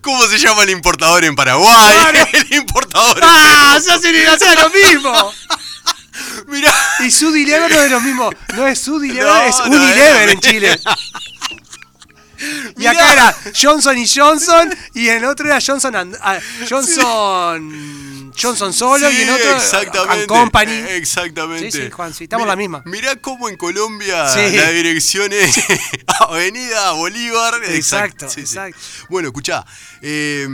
Speaker 2: ¿Cómo se llama el importador en Paraguay?
Speaker 3: Claro.
Speaker 2: El importador.
Speaker 3: ¡Ah! ¡Se hacen hacer lo mismo!
Speaker 2: en- Mirá.
Speaker 3: Y Sudilever no es lo mismo. No es Sudilever,
Speaker 2: No,
Speaker 3: es
Speaker 2: no,
Speaker 3: Unilever
Speaker 2: es-
Speaker 3: en Chile. Y
Speaker 2: Mirá.
Speaker 3: acá era Johnson y Johnson, y en otro era Johnson and- ah, Johnson Johnson solo, y en
Speaker 2: Sí,
Speaker 3: otro
Speaker 2: exactamente.
Speaker 3: and Company.
Speaker 2: Eh, Exactamente.
Speaker 3: Sí, sí, Juan, sí, estamos
Speaker 2: Mirá-
Speaker 3: la misma.
Speaker 2: Mirá cómo en Colombia
Speaker 3: Sí.
Speaker 2: la dirección es Avenida Bolívar.
Speaker 3: Exacto,
Speaker 2: Exact- sí, sí.
Speaker 3: exacto.
Speaker 2: Bueno, escuchá. eh,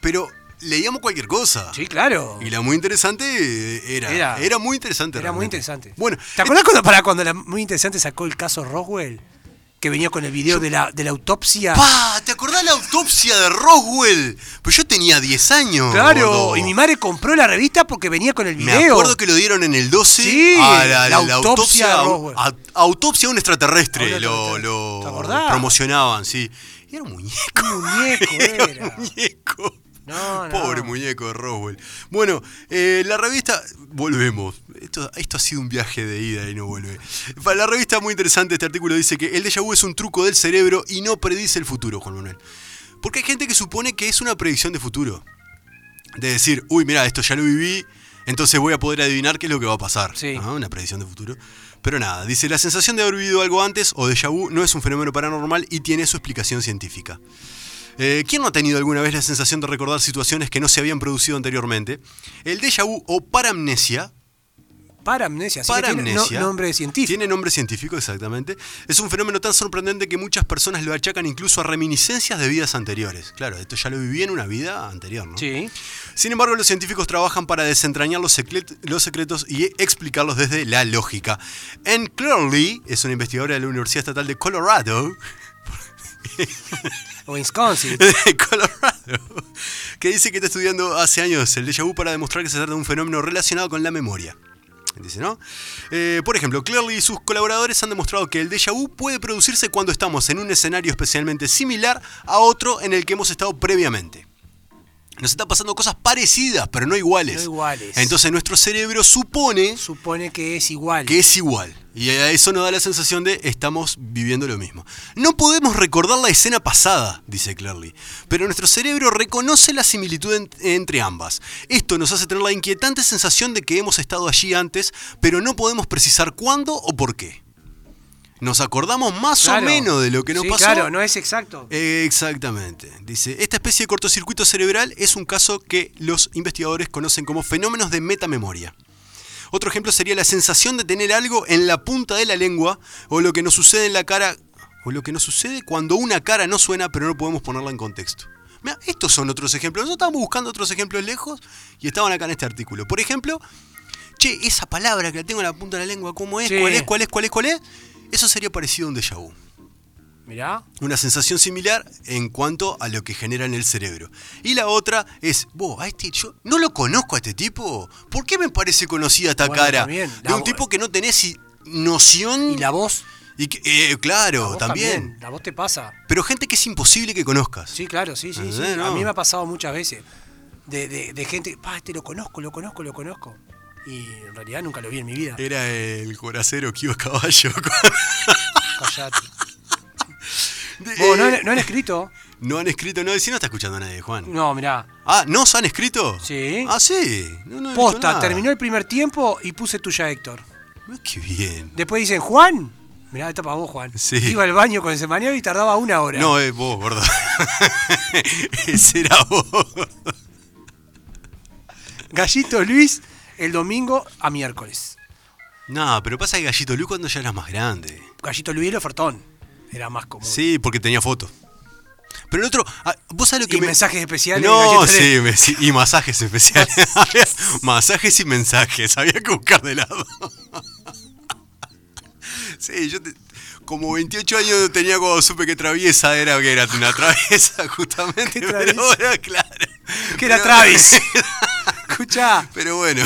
Speaker 2: pero leíamos cualquier cosa.
Speaker 3: Sí, claro.
Speaker 2: Y la muy interesante eh, era.
Speaker 3: Era.
Speaker 2: Era, muy interesante.
Speaker 3: Era muy
Speaker 2: realmente.
Speaker 3: interesante.
Speaker 2: Bueno,
Speaker 3: ¿te acordás cuando, para cuando la muy interesante sacó el caso Roswell? Que venía con el video de la, de la autopsia.
Speaker 2: Pa, ¿te acordás la autopsia de Roswell? Pues yo tenía 10 años.
Speaker 3: Claro,
Speaker 2: gordo.
Speaker 3: y mi madre compró la revista porque venía con el
Speaker 2: Me
Speaker 3: video.
Speaker 2: acuerdo que lo dieron en el 12
Speaker 3: Sí,
Speaker 2: a la,
Speaker 3: la
Speaker 2: la
Speaker 3: autopsia de
Speaker 2: autopsia, a-
Speaker 3: Roswell.
Speaker 2: a, autopsia a un extraterrestre.
Speaker 3: A un
Speaker 2: lo,
Speaker 3: extraterrestre.
Speaker 2: lo
Speaker 3: ¿Te acordás?
Speaker 2: promocionaban, sí. Y era un muñeco.
Speaker 3: Un muñeco
Speaker 2: Era
Speaker 3: era.
Speaker 2: un muñeco.
Speaker 3: No, no.
Speaker 2: Pobre muñeco de Roswell. Bueno, eh, la revista. Volvemos. Esto, esto ha sido un viaje de ida y no vuelve. Para la revista, muy interesante este artículo. Dice que el déjà vu es un truco del cerebro y no predice el futuro, Juan Manuel. Porque hay gente que supone que es una predicción de futuro. De decir, uy, mira, esto ya lo viví, entonces voy a poder adivinar qué es lo que va a pasar.
Speaker 3: Sí.
Speaker 2: ¿no? Una predicción de futuro. Pero nada, dice, la sensación de haber vivido algo antes o déjà vu no es un fenómeno paranormal y tiene su explicación científica. Eh, ¿Quién no ha tenido alguna vez la sensación de recordar situaciones que no se habían producido anteriormente? El déjà vu o paramnesia,
Speaker 3: Paramnesia. Así Que tiene
Speaker 2: Paramnesia.
Speaker 3: no- nombre científico.
Speaker 2: tiene nombre científico exactamente, es un fenómeno tan sorprendente que muchas personas lo achacan incluso a reminiscencias de vidas anteriores. Claro, esto ya lo viví en una vida anterior, ¿no?
Speaker 3: Sí.
Speaker 2: Sin embargo, los científicos trabajan para desentrañar los, seclet- los secretos y explicarlos desde la lógica. Anne Clearly es una investigadora de la Universidad Estatal de Colorado,
Speaker 3: O Wisconsin.
Speaker 2: de Colorado, que dice que está estudiando hace años el déjà vu para demostrar que se trata de un fenómeno relacionado con la memoria. Dice, ¿no? Eh, por ejemplo, Clearly y sus colaboradores han demostrado que el déjà vu puede producirse cuando estamos en un escenario especialmente similar a otro en el que hemos estado previamente. Nos están pasando cosas parecidas, pero no iguales.
Speaker 3: No iguales.
Speaker 2: Entonces nuestro cerebro supone
Speaker 3: Supone que es igual.
Speaker 2: que es igual. Y a eso nos da la sensación de estamos viviendo lo mismo. No podemos recordar la escena pasada, dice Clearly, pero nuestro cerebro reconoce la similitud en- entre ambas. Esto nos hace tener la inquietante sensación de que hemos estado allí antes, pero no podemos precisar cuándo o por qué. Nos acordamos más
Speaker 3: Claro.
Speaker 2: o menos de lo que nos
Speaker 3: Sí,
Speaker 2: pasó.
Speaker 3: Claro, no es exacto.
Speaker 2: Exactamente. Dice, esta especie de cortocircuito cerebral es un caso que los investigadores conocen como fenómenos de metamemoria. Otro ejemplo sería la sensación de tener algo en la punta de la lengua o lo que nos sucede en la cara o lo que nos sucede cuando una cara no suena pero no podemos ponerla en contexto. Mirá, estos son otros ejemplos. Nosotros estábamos buscando otros ejemplos lejos y estaban acá en este artículo. Por ejemplo, che, esa palabra que la tengo en la punta de la lengua, ¿cómo es?
Speaker 3: Sí.
Speaker 2: ¿Cuál es? ¿Cuál es? ¿Cuál es? ¿Cuál es? Eso sería parecido a un déjà vu
Speaker 3: Mirá.
Speaker 2: una sensación similar en cuanto a lo que genera en el cerebro. Y la otra es, vos, a este yo no lo conozco a este tipo. ¿Por qué me parece conocida esta
Speaker 3: Bueno,
Speaker 2: cara?
Speaker 3: también,
Speaker 2: de
Speaker 3: la
Speaker 2: un
Speaker 3: vo-
Speaker 2: tipo que no tenés i- noción
Speaker 3: Y la voz.
Speaker 2: y que- eh,
Speaker 3: la
Speaker 2: claro,
Speaker 3: voz
Speaker 2: también.
Speaker 3: La voz te pasa.
Speaker 2: Pero gente que es imposible que conozcas.
Speaker 3: Sí, claro, sí, sí.
Speaker 2: Eh,
Speaker 3: sí. A
Speaker 2: no.
Speaker 3: mí me ha pasado muchas veces. De, de, de gente, pa, este lo conozco, lo conozco, lo conozco. Y en realidad nunca lo vi en mi vida.
Speaker 2: Era el coracero que iba a caballo.
Speaker 3: Callate.
Speaker 2: De-
Speaker 3: Vos, ¿no,
Speaker 2: eh,
Speaker 3: han- no han escrito?
Speaker 2: no han escrito, no, si no está escuchando a nadie, Juan.
Speaker 3: No, mirá.
Speaker 2: Ah, ¿no se han escrito?
Speaker 3: Sí.
Speaker 2: Ah, sí. No, no he visto
Speaker 3: Posta,
Speaker 2: nada.
Speaker 3: terminó el primer tiempo y puse tuya, Héctor.
Speaker 2: Qué bien.
Speaker 3: Después dicen, Juan. Mirá, esta para vos, Juan.
Speaker 2: Sí.
Speaker 3: Iba al baño con el semanario y tardaba una hora.
Speaker 2: No, es vos, gordo. Ese era vos.
Speaker 3: Gallito Luis, el domingo a miércoles.
Speaker 2: No, pero pasa que Gallito Lu cuando ya eras más grande.
Speaker 3: Gallito Luis el ofertón. Era más común.
Speaker 2: Sí, porque tenía fotos. Pero el otro, ah, vos sabés lo que
Speaker 3: Y mensajes especiales.
Speaker 2: No,
Speaker 3: Gallito
Speaker 2: sí, me- sí, y masajes especiales. Había masajes y mensajes, había que buscar de lado. sí, yo te- como 28 años tenía cuando supe que traviesa era, que era una traviesa justamente,
Speaker 3: ¿Qué
Speaker 2: pero
Speaker 3: traviesa?
Speaker 2: ahora, claro.
Speaker 3: Que era
Speaker 2: Pero-
Speaker 3: Travis. Escucha,
Speaker 2: Pero bueno.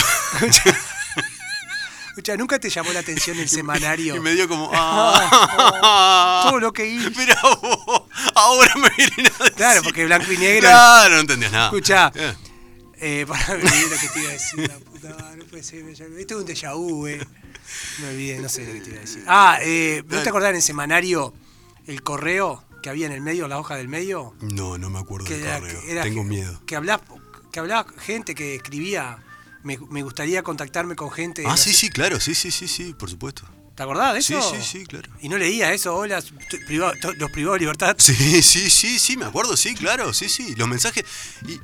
Speaker 3: escucha, nunca te llamó la atención el
Speaker 2: Y
Speaker 3: semanario.
Speaker 2: me dio como. ah.
Speaker 3: Todo lo que hice.
Speaker 2: Mirá vos, ahora me vienen a decir.
Speaker 3: Claro, porque blanco y negro.
Speaker 2: Claro, no entendías nada.
Speaker 3: Escuchá.
Speaker 2: Eh,
Speaker 3: Eh, para olvidé lo que te iba a decir, la puta madre, no puede ser. me llamé. Esto es un déjà vu, eh. Me olvidé, no sé lo que te iba a decir. Ah, eh, ¿no te acordás en el semanario el correo que había en el medio, la hoja del medio?
Speaker 2: No, no me acuerdo
Speaker 3: Que
Speaker 2: del
Speaker 3: era-
Speaker 2: correo.
Speaker 3: que era-
Speaker 2: Tengo miedo.
Speaker 3: Que hablaba, que hablaba gente que escribía. Me, me gustaría contactarme con gente.
Speaker 2: Ah,
Speaker 3: no
Speaker 2: sí,
Speaker 3: sé.
Speaker 2: sí, claro, sí, sí, sí, sí, por supuesto.
Speaker 3: ¿Te acordás de
Speaker 2: Sí,
Speaker 3: eso?
Speaker 2: sí, sí, claro.
Speaker 3: Y no leía eso, hola, t- privado- to- los privados de libertad.
Speaker 2: Sí, sí, sí, sí, me acuerdo, sí, claro, sí, sí. Los mensajes. Y,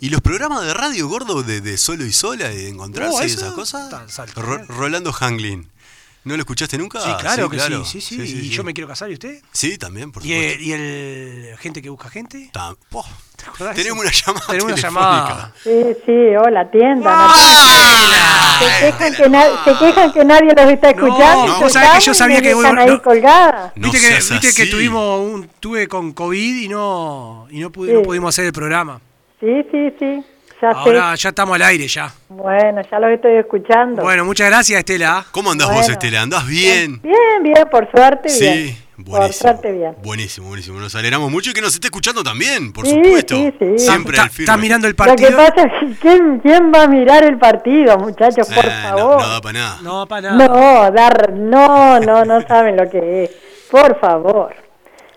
Speaker 2: y los programas de radio gordo de, de solo y sola, de encontrarse
Speaker 3: Oh,
Speaker 2: y
Speaker 3: eso
Speaker 2: esas cosas.
Speaker 3: está salto.
Speaker 2: Ro- Rolando Hanglin. ¿No lo escuchaste nunca?
Speaker 3: Sí, claro que sí, sí, sí. y yo me quiero casar, ¿y usted?
Speaker 2: Sí, también, por
Speaker 3: ¿Y eh,
Speaker 2: supuesto.
Speaker 3: el, y el gente que busca gente?
Speaker 2: Ta- po.
Speaker 3: ¿Te acordás de
Speaker 2: Tenemos una
Speaker 3: eso?
Speaker 2: llamada.
Speaker 3: Tenemos una
Speaker 2: telefónica.
Speaker 3: llamada.
Speaker 4: Sí, sí, oh, hola, atiendan. atiendan. Se quejan, que na- se quejan que nadie los está escuchando.
Speaker 3: no,
Speaker 4: se
Speaker 3: vos sabés que
Speaker 4: llaman
Speaker 3: yo
Speaker 4: y
Speaker 3: sabía
Speaker 4: me
Speaker 3: que
Speaker 4: dejan
Speaker 3: vos-
Speaker 4: ahí
Speaker 3: no-
Speaker 4: colgada.
Speaker 2: No
Speaker 3: viste que,
Speaker 2: seas
Speaker 3: viste que
Speaker 2: así.
Speaker 3: tuvimos un, tuve con COVID y no, y no, pude-
Speaker 4: Sí.
Speaker 3: no pudimos hacer el programa.
Speaker 4: Sí, sí, sí. Ya
Speaker 3: Ahora
Speaker 4: sé.
Speaker 3: ya estamos al aire ya.
Speaker 4: Bueno, ya los estoy escuchando.
Speaker 3: Bueno, muchas gracias, Estela.
Speaker 2: ¿Cómo andás vos,
Speaker 4: Bueno.
Speaker 2: Estela? ¿Andás bien?
Speaker 4: Bien, bien, por suerte, bien.
Speaker 2: Sí,
Speaker 4: Por
Speaker 2: buenísimo.
Speaker 4: suerte, bien.
Speaker 2: Buenísimo, buenísimo. Nos alegramos mucho y que nos esté escuchando también, por
Speaker 4: Sí,
Speaker 2: supuesto.
Speaker 4: sí, sí.
Speaker 2: Siempre al firme.
Speaker 3: Estás mirando el
Speaker 4: Lo que
Speaker 3: partido.
Speaker 4: pasa es que ¿quién, quién va a mirar el partido, muchachos? Por
Speaker 2: Eh, no-
Speaker 4: favor.
Speaker 2: No, da para nada.
Speaker 3: No, para nada.
Speaker 4: No, dar, no, no, no saben lo que es. Por favor.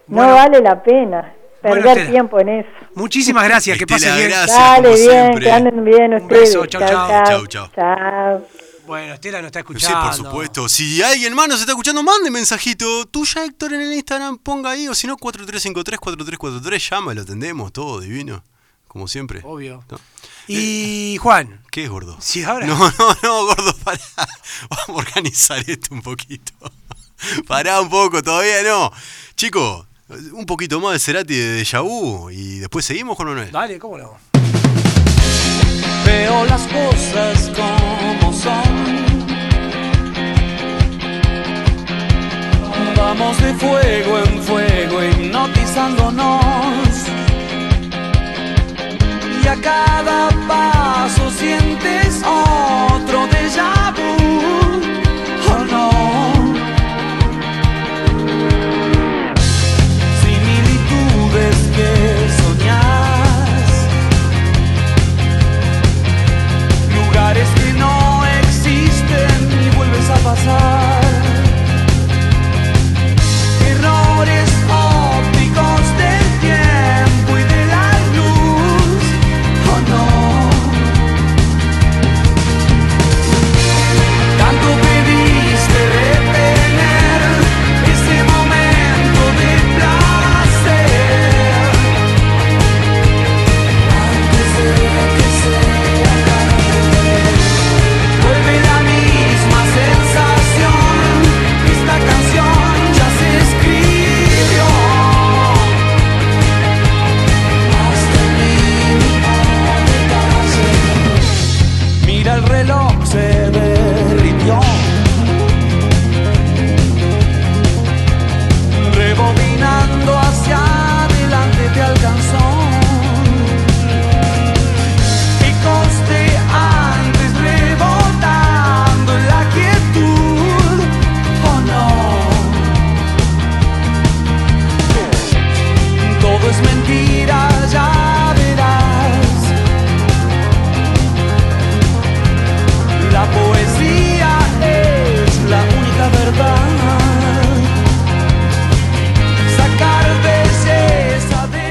Speaker 4: No
Speaker 3: Bueno.
Speaker 4: vale la pena
Speaker 3: Bueno,
Speaker 4: perder
Speaker 3: Estela.
Speaker 4: tiempo en eso.
Speaker 3: Muchísimas gracias, que
Speaker 2: Estela,
Speaker 3: pases bien.
Speaker 2: gracias.
Speaker 4: Dale,
Speaker 2: como
Speaker 4: bien,
Speaker 2: siempre.
Speaker 4: que anden bien
Speaker 3: Un
Speaker 4: ustedes.
Speaker 3: beso, chau,
Speaker 2: chau. Chau, chau.
Speaker 4: Chau.
Speaker 3: Bueno, Estela nos está
Speaker 2: Sí,
Speaker 3: escuchando.
Speaker 2: por supuesto. Si alguien más nos está escuchando, mande mensajito. Tuya, Héctor, en el Instagram, ponga ahí. O si no, 4353-4343, llama, lo atendemos, todo divino. Como siempre.
Speaker 3: Obvio.
Speaker 2: No.
Speaker 3: Y Juan,
Speaker 2: ¿Qué es gordo?
Speaker 3: si ahora...
Speaker 2: No, no, no, gordo, pará. Vamos a organizar esto un poquito. Pará un poco, todavía no. Chicos, un poquito más de Cerati y de Déjà Vu y después seguimos con Manuel.
Speaker 3: Dale, ¿cómo no?
Speaker 1: Veo las cosas como son. Vamos de fuego en fuego hipnotizándonos. Y a cada paso sientes otro déjà vu. Oh no. Similitudes que soñas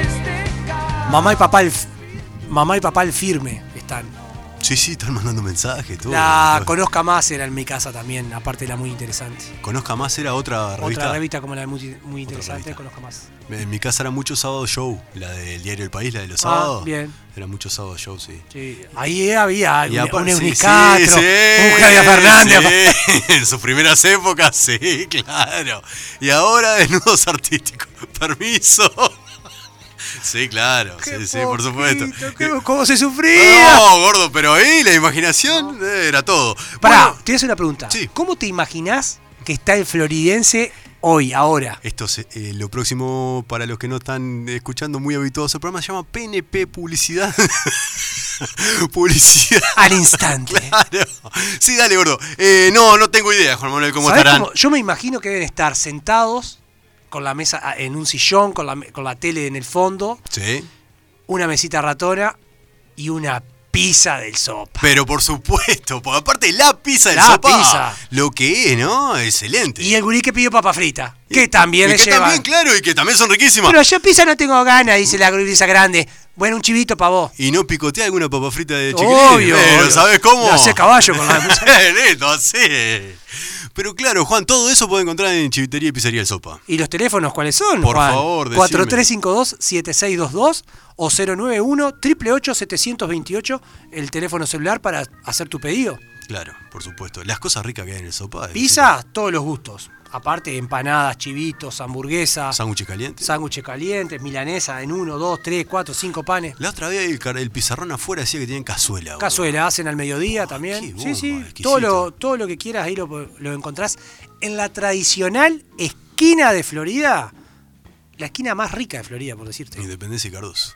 Speaker 1: este
Speaker 3: Mamá y papá el, mamá y papá el firme están.
Speaker 2: Sí, sí, están mandando mensajes. Todo.
Speaker 3: La
Speaker 2: Todo.
Speaker 3: Conozca Más era en mi casa también, aparte era muy interesante.
Speaker 2: Conozca más era otra revista.
Speaker 3: Otra revista como la de muy, muy interesante,
Speaker 2: revista.
Speaker 3: Conozca Más.
Speaker 2: En mi casa era mucho sábado show, la del diario El País, la de los
Speaker 3: Ah,
Speaker 2: sábados.
Speaker 3: bien.
Speaker 2: Era mucho sábado show, sí.
Speaker 3: Sí, Ahí había
Speaker 2: Y
Speaker 3: un,
Speaker 2: apar-
Speaker 3: un
Speaker 2: sí,
Speaker 3: Eunicastro,
Speaker 2: sí, sí,
Speaker 3: un Javier Fernández.
Speaker 2: sí, en sus primeras épocas, sí, claro. Y ahora desnudos artísticos. Permiso. Sí, claro.
Speaker 3: Qué
Speaker 2: Sí, sí, por supuesto.
Speaker 3: poquito, qué- ¿Cómo se sufría?
Speaker 2: No, gordo, pero ahí la imaginación eh, era todo.
Speaker 3: Pará,
Speaker 2: Bueno,
Speaker 3: te voy a hacer una pregunta.
Speaker 2: Sí.
Speaker 3: ¿Cómo te imaginás que está el floridense hoy, ahora?
Speaker 2: Esto es eh, lo próximo para los que no están escuchando muy habituados. El programa se llama PNP Publicidad. publicidad.
Speaker 3: Al instante.
Speaker 2: Claro. Sí, dale, gordo. Eh, no, no tengo idea, Juan Manuel, cómo
Speaker 3: ¿Sabés
Speaker 2: estarán.
Speaker 3: cómo? Yo me imagino que deben estar sentados con la mesa ah, en un sillón, con la, me- con la tele en el fondo,
Speaker 2: Sí.
Speaker 3: una mesita ratona y una pizza del sopa.
Speaker 2: Pero por supuesto, porque aparte la pizza del
Speaker 3: La
Speaker 2: sopa,
Speaker 3: pizza.
Speaker 2: lo que es, ¿no? Excelente.
Speaker 3: Y el gurí que pidió papa frita, que
Speaker 2: Y
Speaker 3: también le
Speaker 2: que
Speaker 3: llevan.
Speaker 2: también, claro, y que también son riquísimas.
Speaker 3: Pero yo pizza no tengo ganas, dice la grisa grande. Bueno, un chivito para vos.
Speaker 2: Y no picotea alguna papa frita de chiquilín.
Speaker 3: Obvio.
Speaker 2: Pero
Speaker 3: obvio.
Speaker 2: ¿sabes cómo?
Speaker 3: Le hacés caballo con la
Speaker 2: Listo, así. Pero claro, Juan, todo eso puede encontrar en Chivitería y Pizzería El Sopa.
Speaker 3: ¿Y los teléfonos cuáles son?
Speaker 2: Por
Speaker 3: Juan?
Speaker 2: favor, decime.
Speaker 3: 4352-7622 o 091-888-728, el teléfono celular para hacer tu pedido.
Speaker 2: Claro, por supuesto. Las cosas ricas que hay en el sopa. es decir,
Speaker 3: Pizza, todos los gustos. Aparte, empanadas, chivitos, hamburguesas,
Speaker 2: Sándwiches calientes.
Speaker 3: sándwiches calientes, milanesa en 1, 2, 3, 4, 5 panes.
Speaker 2: La otra vez el, car- el pizarrón afuera decía que tienen cazuela. boludo.
Speaker 3: Cazuela, hacen al mediodía
Speaker 2: qué
Speaker 3: también.
Speaker 2: bomba,
Speaker 3: Sí, sí.
Speaker 2: exquisito.
Speaker 3: Todo lo, todo lo que quieras ahí lo, lo encontrás en la tradicional esquina de Florida. La esquina más rica de Florida, por decirte.
Speaker 2: Independencia y Cardoso.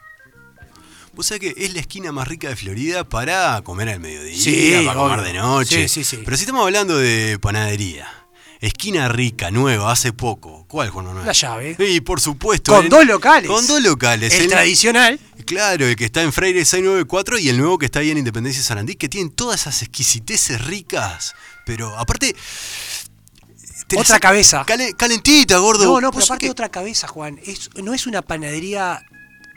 Speaker 2: Vos sabés que es la esquina más rica de Florida para comer al mediodía,
Speaker 3: Sí,
Speaker 2: para comer
Speaker 3: obvio.
Speaker 2: de noche.
Speaker 3: Sí, sí, sí.
Speaker 2: Pero si estamos hablando de panadería, esquina rica, nueva, hace poco. ¿Cuál, Juan Manuel?
Speaker 3: La llave.
Speaker 2: Y por supuesto.
Speaker 3: Con
Speaker 2: en-
Speaker 3: dos locales.
Speaker 2: Con dos locales.
Speaker 3: El
Speaker 2: El-
Speaker 3: tradicional.
Speaker 2: Claro, el que está en Freire 694 y el nuevo que está ahí en Independencia y Sarandí, que tienen todas esas exquisiteces ricas. Pero aparte. te las
Speaker 3: Otra
Speaker 2: saca-
Speaker 3: cabeza.
Speaker 2: cale- calentita, gordo.
Speaker 3: No, no,
Speaker 2: Vos
Speaker 3: pero
Speaker 2: sabés
Speaker 3: aparte
Speaker 2: que-
Speaker 3: otra cabeza, Juan. Es, no es una panadería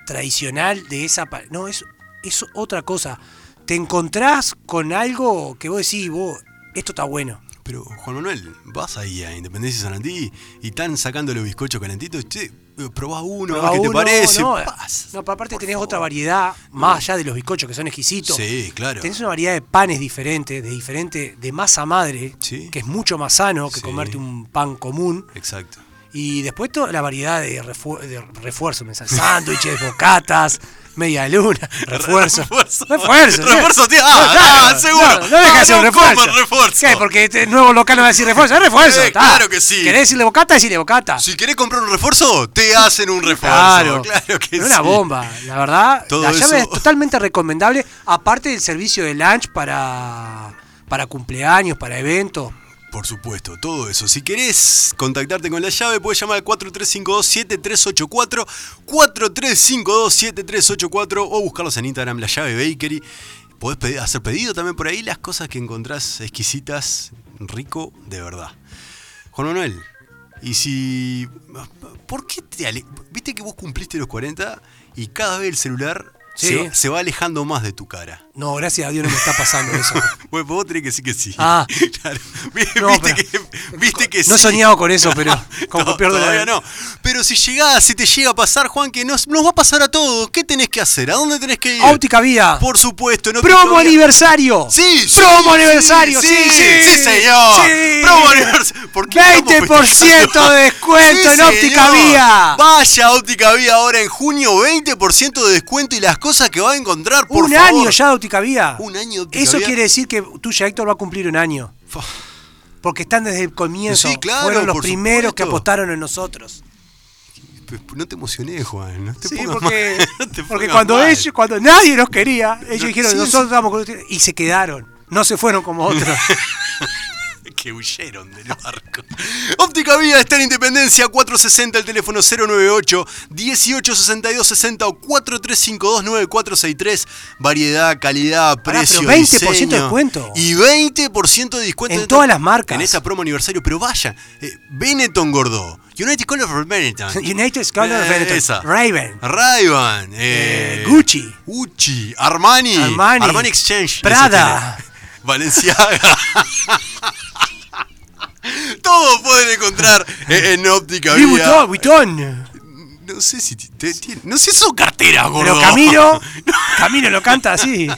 Speaker 3: tradicional de esa... pa- No, es, es otra cosa. Te encontrás con algo que vos decís, vos, esto está bueno.
Speaker 2: Pero, Juan Manuel, vas ahí a Independencia y Sarandí y están sacando los bizcochos calentitos. Che, eh, probá uno, a
Speaker 3: Probá
Speaker 2: ver qué te
Speaker 3: uno,
Speaker 2: parece.
Speaker 3: No,
Speaker 2: Pas.
Speaker 3: no, pero aparte
Speaker 2: Por
Speaker 3: tenés
Speaker 2: favor.
Speaker 3: otra variedad, más allá de los bizcochos que son exquisitos.
Speaker 2: Sí, claro.
Speaker 3: Tenés una variedad de panes diferentes, de diferente, de masa madre,
Speaker 2: Sí.
Speaker 3: que es mucho más sano que
Speaker 2: Sí.
Speaker 3: comerte un pan común.
Speaker 2: Exacto.
Speaker 3: Y después toda la variedad de, refuer- de refuerzo, me sale, sándwiches, bocatas, media luna, refuerzo.
Speaker 2: Refuerzo.
Speaker 3: Refuerzo. ¿sí?
Speaker 2: Refuerzo, tío. Ah, ah, seguro.
Speaker 3: No, no deja
Speaker 2: Ah,
Speaker 3: de ser un
Speaker 2: no
Speaker 3: refuerzo.
Speaker 2: coman refuerzo.
Speaker 3: ¿Qué? Porque este nuevo local no va a decir refuerzo, es refuerzo.
Speaker 2: Eh,
Speaker 3: está.
Speaker 2: claro que sí.
Speaker 3: ¿Querés decirle bocata? Decirle bocata.
Speaker 2: Si querés comprar un refuerzo, te hacen un refuerzo.
Speaker 3: Claro,
Speaker 2: Claro, que
Speaker 3: Era
Speaker 2: sí.
Speaker 3: una bomba, la verdad.
Speaker 2: Todo
Speaker 3: la llave
Speaker 2: eso-
Speaker 3: es totalmente recomendable, aparte del servicio de lunch para, para cumpleaños, para eventos.
Speaker 2: Por supuesto, todo eso. Si querés contactarte con la llave, puedes llamar al 4352-7384, 4352-7384 o buscarlos en Instagram, la llave Bakery. Podés pedir- hacer pedido también por ahí las cosas que encontrás exquisitas, rico, de verdad. Juan Manuel, y si... ¿Por qué te ale- Viste que vos cumpliste los 40 y cada vez el celular
Speaker 3: Sí.
Speaker 2: se, va, se va alejando más de tu cara.
Speaker 3: No, gracias a Dios no me está pasando eso.
Speaker 2: Bueno, vos tenés que decir que sí.
Speaker 3: Ah.
Speaker 2: Claro. Viste,
Speaker 3: No,
Speaker 2: viste
Speaker 3: pero-
Speaker 2: que, viste que
Speaker 3: No he
Speaker 2: sí.
Speaker 3: soñado con eso, pero como
Speaker 2: No,
Speaker 3: que pierdo la-
Speaker 2: todavía no. Pero si llegás, si te llega a pasar, Juan, que nos, nos va a pasar a todos. ¿Qué tenés que hacer? ¿A dónde tenés que ir?
Speaker 3: Óptica Vía.
Speaker 2: Por supuesto, no
Speaker 3: Promo aniversario.
Speaker 2: Sí, sí,
Speaker 3: Promo
Speaker 2: sí,
Speaker 3: aniversario. Sí, sí,
Speaker 2: sí, señor.
Speaker 3: sí.
Speaker 2: Promo aniversario. ¿Por qué estamos
Speaker 3: 20% de
Speaker 2: festejando?
Speaker 3: descuento en
Speaker 2: Sí,
Speaker 3: Óptica
Speaker 2: señor.
Speaker 3: Vía.
Speaker 2: Vaya a Óptica Vía ahora en junio, 20% de descuento y las cosas que va a encontrar, por
Speaker 3: un
Speaker 2: favor.
Speaker 3: año ya de Óptica Vía.
Speaker 2: Un año de Óptica
Speaker 3: Eso
Speaker 2: Vía.
Speaker 3: quiere decir que tuya, Héctor, va a cumplir un año.
Speaker 2: Fa.
Speaker 3: Porque están desde el comienzo.
Speaker 2: Sí, claro,
Speaker 3: Fueron los
Speaker 2: por
Speaker 3: primeros que
Speaker 2: supuesto.
Speaker 3: apostaron en nosotros.
Speaker 2: No te emocioné, Juan. No te
Speaker 3: Sí,
Speaker 2: pongas
Speaker 3: porque,
Speaker 2: mal, no te
Speaker 3: porque
Speaker 2: pongas
Speaker 3: cuando,
Speaker 2: mal.
Speaker 3: ellos, cuando nadie los quería, ellos
Speaker 2: No,
Speaker 3: dijeron,
Speaker 2: sí,
Speaker 3: nosotros estamos con ustedes. Y se quedaron. No se fueron como otros.
Speaker 2: que huyeron del barco. Óptica Vida está en Independencia 460, el teléfono 098 1862 60 o 4352 9463. Variedad, calidad,
Speaker 3: Pará,
Speaker 2: precio.
Speaker 3: pero 20% de
Speaker 2: diseño.
Speaker 3: descuento.
Speaker 2: Y 20% de descuento
Speaker 3: En
Speaker 2: de-
Speaker 3: todas las marcas.
Speaker 2: En esta promo aniversario, pero vaya, eh, Benetton Gordo. United Color for Benetton.
Speaker 3: United Scholars
Speaker 2: Eh,
Speaker 3: of Benetton,
Speaker 2: esa.
Speaker 3: este, Raven,
Speaker 2: Ray-Ban,
Speaker 3: eh,
Speaker 2: eh,
Speaker 3: Gucci,
Speaker 2: Gucci, Armani,
Speaker 3: Armani,
Speaker 2: Armani, Exchange,
Speaker 3: Prada.
Speaker 2: ese tiene. Valenciaga. Todo pueden encontrar e-, en, en óptica
Speaker 3: Louis
Speaker 2: Vía.
Speaker 3: Vuitton, Vuitton.
Speaker 2: No sé si ti- te- tiene- no sé si son carteras, gordo.
Speaker 3: Pero Camilo, Camilo lo canta así.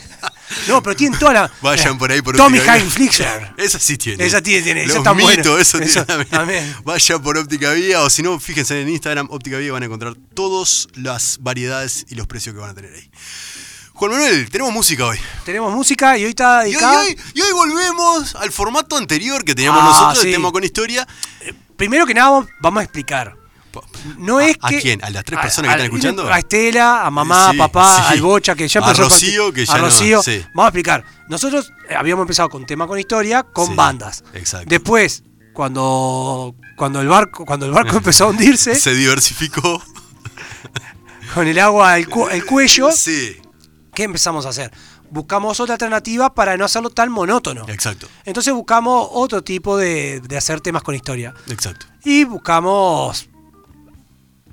Speaker 3: No, pero tienen toda la.
Speaker 2: Vayan por ahí por
Speaker 3: Tommy
Speaker 2: Óptica Vía.
Speaker 3: Hagen Flixer.
Speaker 2: Esa sí tiene.
Speaker 3: Esa tiene, tiene, esa
Speaker 2: Los
Speaker 3: está buena.
Speaker 2: mitos, eso tiene
Speaker 3: Eso,
Speaker 2: también.
Speaker 3: también.
Speaker 2: Vayan por óptica vía o si no, fíjense en Instagram, óptica vía van a encontrar todas las variedades y los precios que van a tener ahí. Juan Manuel, tenemos música hoy.
Speaker 3: Tenemos música y hoy está
Speaker 2: Y hoy,
Speaker 3: dedicada.
Speaker 2: y hoy- y hoy volvemos al formato anterior que teníamos
Speaker 3: Ah,
Speaker 2: nosotros,
Speaker 3: sí.
Speaker 2: el tema con historia.
Speaker 3: Primero que nada, vamos a explicar. No es
Speaker 2: ¿A
Speaker 3: que.
Speaker 2: quién? ¿A las tres personas que están escuchando?
Speaker 3: A Estela, a mamá,
Speaker 2: Sí,
Speaker 3: a papá,
Speaker 2: sí.
Speaker 3: al Bocha, que ya
Speaker 2: A
Speaker 3: empezó. con-
Speaker 2: Rocío, que ya
Speaker 3: a
Speaker 2: no,
Speaker 3: Rocío.
Speaker 2: sí.
Speaker 3: Vamos a explicar. Nosotros eh, habíamos empezado con tema con historia, con
Speaker 2: Sí,
Speaker 3: bandas.
Speaker 2: exacto.
Speaker 3: Después, cuando, cuando, el barco, cuando el
Speaker 2: Eh.
Speaker 3: barco empezó a hundirse,
Speaker 2: Se diversificó.
Speaker 3: con el agua al cu- el cuello,
Speaker 2: Sí,
Speaker 3: ¿qué empezamos a hacer? Buscamos otra alternativa para no hacerlo tan monótono.
Speaker 2: exacto,
Speaker 3: Entonces buscamos otro tipo de, de hacer temas con historia.
Speaker 2: exacto.
Speaker 3: Y buscamos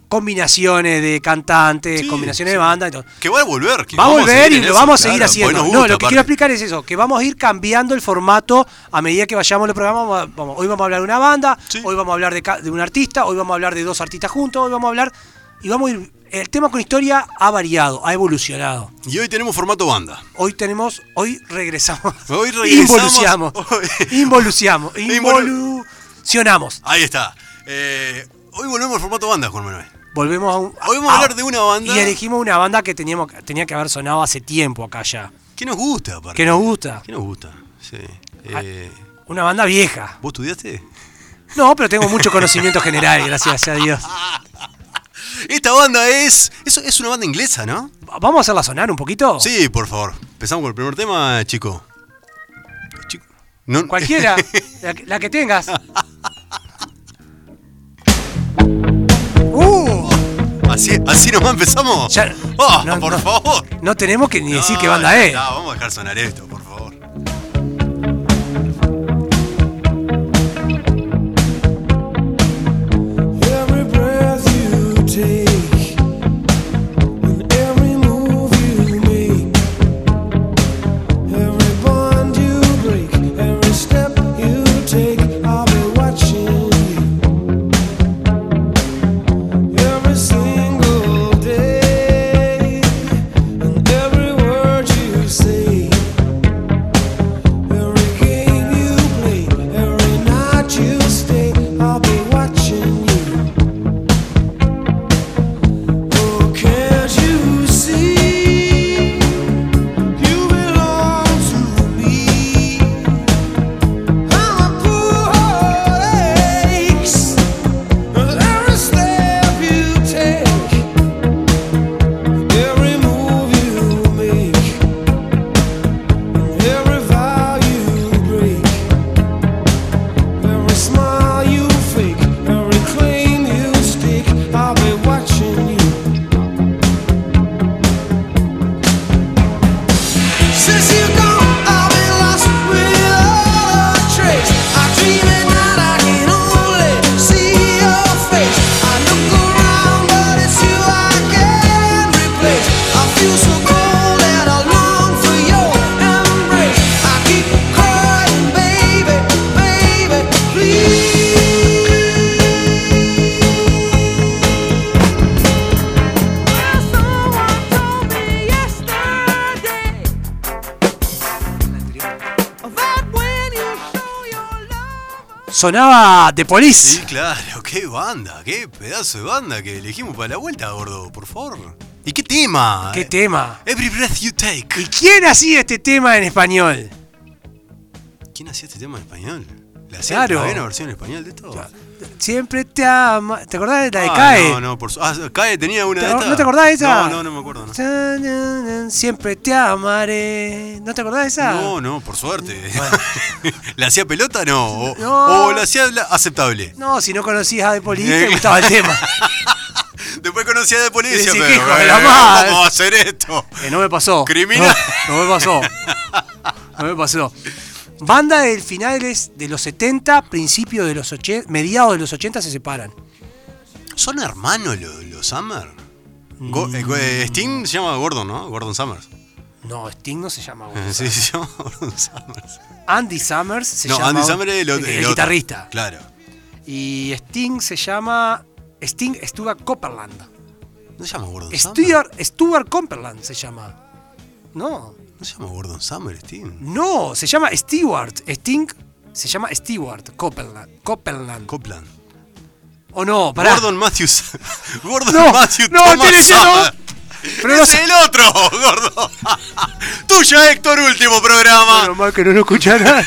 Speaker 3: combinaciones de cantantes,
Speaker 2: Sí,
Speaker 3: combinaciones
Speaker 2: sí.
Speaker 3: de bandas. y todo.
Speaker 2: Que va a volver. que
Speaker 3: Va a
Speaker 2: vamos
Speaker 3: volver
Speaker 2: seguir
Speaker 3: y
Speaker 2: en
Speaker 3: lo
Speaker 2: eso,
Speaker 3: vamos a
Speaker 2: claro,
Speaker 3: seguir
Speaker 2: porque
Speaker 3: haciendo.
Speaker 2: nos
Speaker 3: no,
Speaker 2: gusta,
Speaker 3: lo que quiero
Speaker 2: aparte.
Speaker 3: explicar es eso, que vamos a ir cambiando el formato a medida que vayamos los programas. Vamos a- vamos- hoy vamos a hablar de una banda,
Speaker 2: Sí.
Speaker 3: hoy vamos a hablar de, ca- de un artista, hoy vamos a hablar de dos artistas juntos, hoy vamos a hablar... Y vamos a ir... El tema con historia ha variado, ha evolucionado.
Speaker 2: Y hoy tenemos formato banda.
Speaker 3: Hoy tenemos, hoy regresamos.
Speaker 2: Hoy regresamos.
Speaker 3: Involuciamos.
Speaker 2: Hoy-
Speaker 3: Involuciamos.
Speaker 2: Involu-
Speaker 3: Involucionamos.
Speaker 2: Ahí está. Eh, hoy volvemos al formato banda, Juan Manuel.
Speaker 3: Volvemos a un.
Speaker 2: Hoy vamos a hablar de una banda.
Speaker 3: Ah, Y elegimos una banda que teníamos, tenía que haber sonado hace tiempo acá ya.
Speaker 2: ¿Qué nos gusta, aparte?
Speaker 3: Que Ah. nos gusta.
Speaker 2: ¿Qué nos gusta? Sí. Eh,
Speaker 3: Una banda vieja.
Speaker 2: ¿Vos estudiaste?
Speaker 3: No, pero tengo mucho conocimiento general, gracias a Dios.
Speaker 2: Esta banda es. Eso es una banda inglesa, ¿no?
Speaker 3: ¿Vamos a hacerla sonar un poquito?
Speaker 2: Sí, por favor. Empezamos con el primer tema, chico. Chico. No-
Speaker 3: Cualquiera, la, que- la que tengas. ¡Uh!
Speaker 2: así, así nomás empezamos.
Speaker 3: Ya-
Speaker 2: Oh,
Speaker 3: no,
Speaker 2: por
Speaker 3: no.
Speaker 2: favor.
Speaker 3: No tenemos que ni decir
Speaker 2: No,
Speaker 3: qué banda
Speaker 2: ya
Speaker 3: es.
Speaker 2: está, vamos a dejar sonar esto, por favor.
Speaker 5: Every breath you take and every move you make Every bond you break, every step you take, I'll be watching you Every single day And every word you say Every game you play, every night you stay, I'll be watching you. Oh, can't you see? You belong to me. And my poor heart aches with every step you take, every move you make. Every vow you break, every smile you fake, every claim you stick, I'll be watching you. Since you gone, I've been lost without a trace. I dream at night, I can only see your face. I look around, but it's you I can't replace. I feel so cold and I long for your embrace. I keep crying, baby, baby, please.
Speaker 6: Well, someone told me yesterday that when you show your love.
Speaker 3: Sonaba The Police.
Speaker 2: Sí, claro, qué banda, qué pedazo de banda que elegimos para la vuelta, gordo, por favor. ¿Y qué tema?
Speaker 3: ¿Qué tema?
Speaker 2: Every breath you
Speaker 3: ¿Y
Speaker 2: take.
Speaker 3: quién hacía este tema en español?
Speaker 2: ¿Quién hacía este tema en español? La hacía-
Speaker 3: Claro.
Speaker 2: Había una versión en español de esto.
Speaker 3: Siempre te ama. ¿Te acordás de la de
Speaker 2: Ah,
Speaker 3: Eh, CAE?
Speaker 2: No, no, por su... Ah, CAE tenía una de
Speaker 3: ¿Te-
Speaker 2: estas.
Speaker 3: ¿No te acordás de esa?
Speaker 2: No, no, no me acuerdo. No,
Speaker 3: Tan, tan, tan, Siempre te amaré. ¿No te acordás de esa?
Speaker 2: no, no, por suerte. ¿La hacía pelota? No. O,
Speaker 3: Mm, No.
Speaker 2: o la hacía la- aceptable.
Speaker 3: No, si no conocías a De Polito,
Speaker 2: Eh,
Speaker 3: te gustaba el tema.
Speaker 2: Después conocía de policía,
Speaker 3: Decís,
Speaker 2: pero
Speaker 3: hijo de
Speaker 2: eh,
Speaker 3: la
Speaker 2: ¿cómo
Speaker 3: madre.
Speaker 2: vamos a hacer esto?
Speaker 3: Que Eh, no me pasó.
Speaker 2: Criminal.
Speaker 3: No, no me pasó. No me pasó. Banda del finales de los 70, principio de los 80, mediados de los 80 se separan.
Speaker 2: ¿Son hermanos los, los Summer? Go-
Speaker 3: Mm.
Speaker 2: eh, eh, Sting se llama Gordon, ¿no? Gordon Summers.
Speaker 3: No, Sting no se llama. Gordon
Speaker 2: Sí, se llama Gordon Summers.
Speaker 3: Summer. Andy Summers se
Speaker 2: no,
Speaker 3: llama.
Speaker 2: Andy Summers es el,
Speaker 3: el,
Speaker 2: otro-
Speaker 3: el
Speaker 2: otro.
Speaker 3: guitarrista.
Speaker 2: Claro.
Speaker 3: Y Sting se llama. Sting Stuart Copperland.
Speaker 2: ¿No se llama Gordon Summer?
Speaker 3: Stuart, Stuart Copperland se llama. No.
Speaker 2: ¿No se llama Gordon Summer, Sting?
Speaker 3: No, se llama Stewart. Sting se llama Stewart Copperland. Copperland.
Speaker 2: Copland.
Speaker 3: o no, pará.
Speaker 2: Gordon Matthews. Gordon
Speaker 3: No,
Speaker 2: Matthews.
Speaker 3: no,
Speaker 2: Thomas
Speaker 3: tiene ese
Speaker 2: Summer.
Speaker 3: no. Pero no
Speaker 2: es
Speaker 3: sé-
Speaker 2: el otro, gordo. Tuya, Héctor, último programa.
Speaker 3: Bueno, más que no lo escuchará.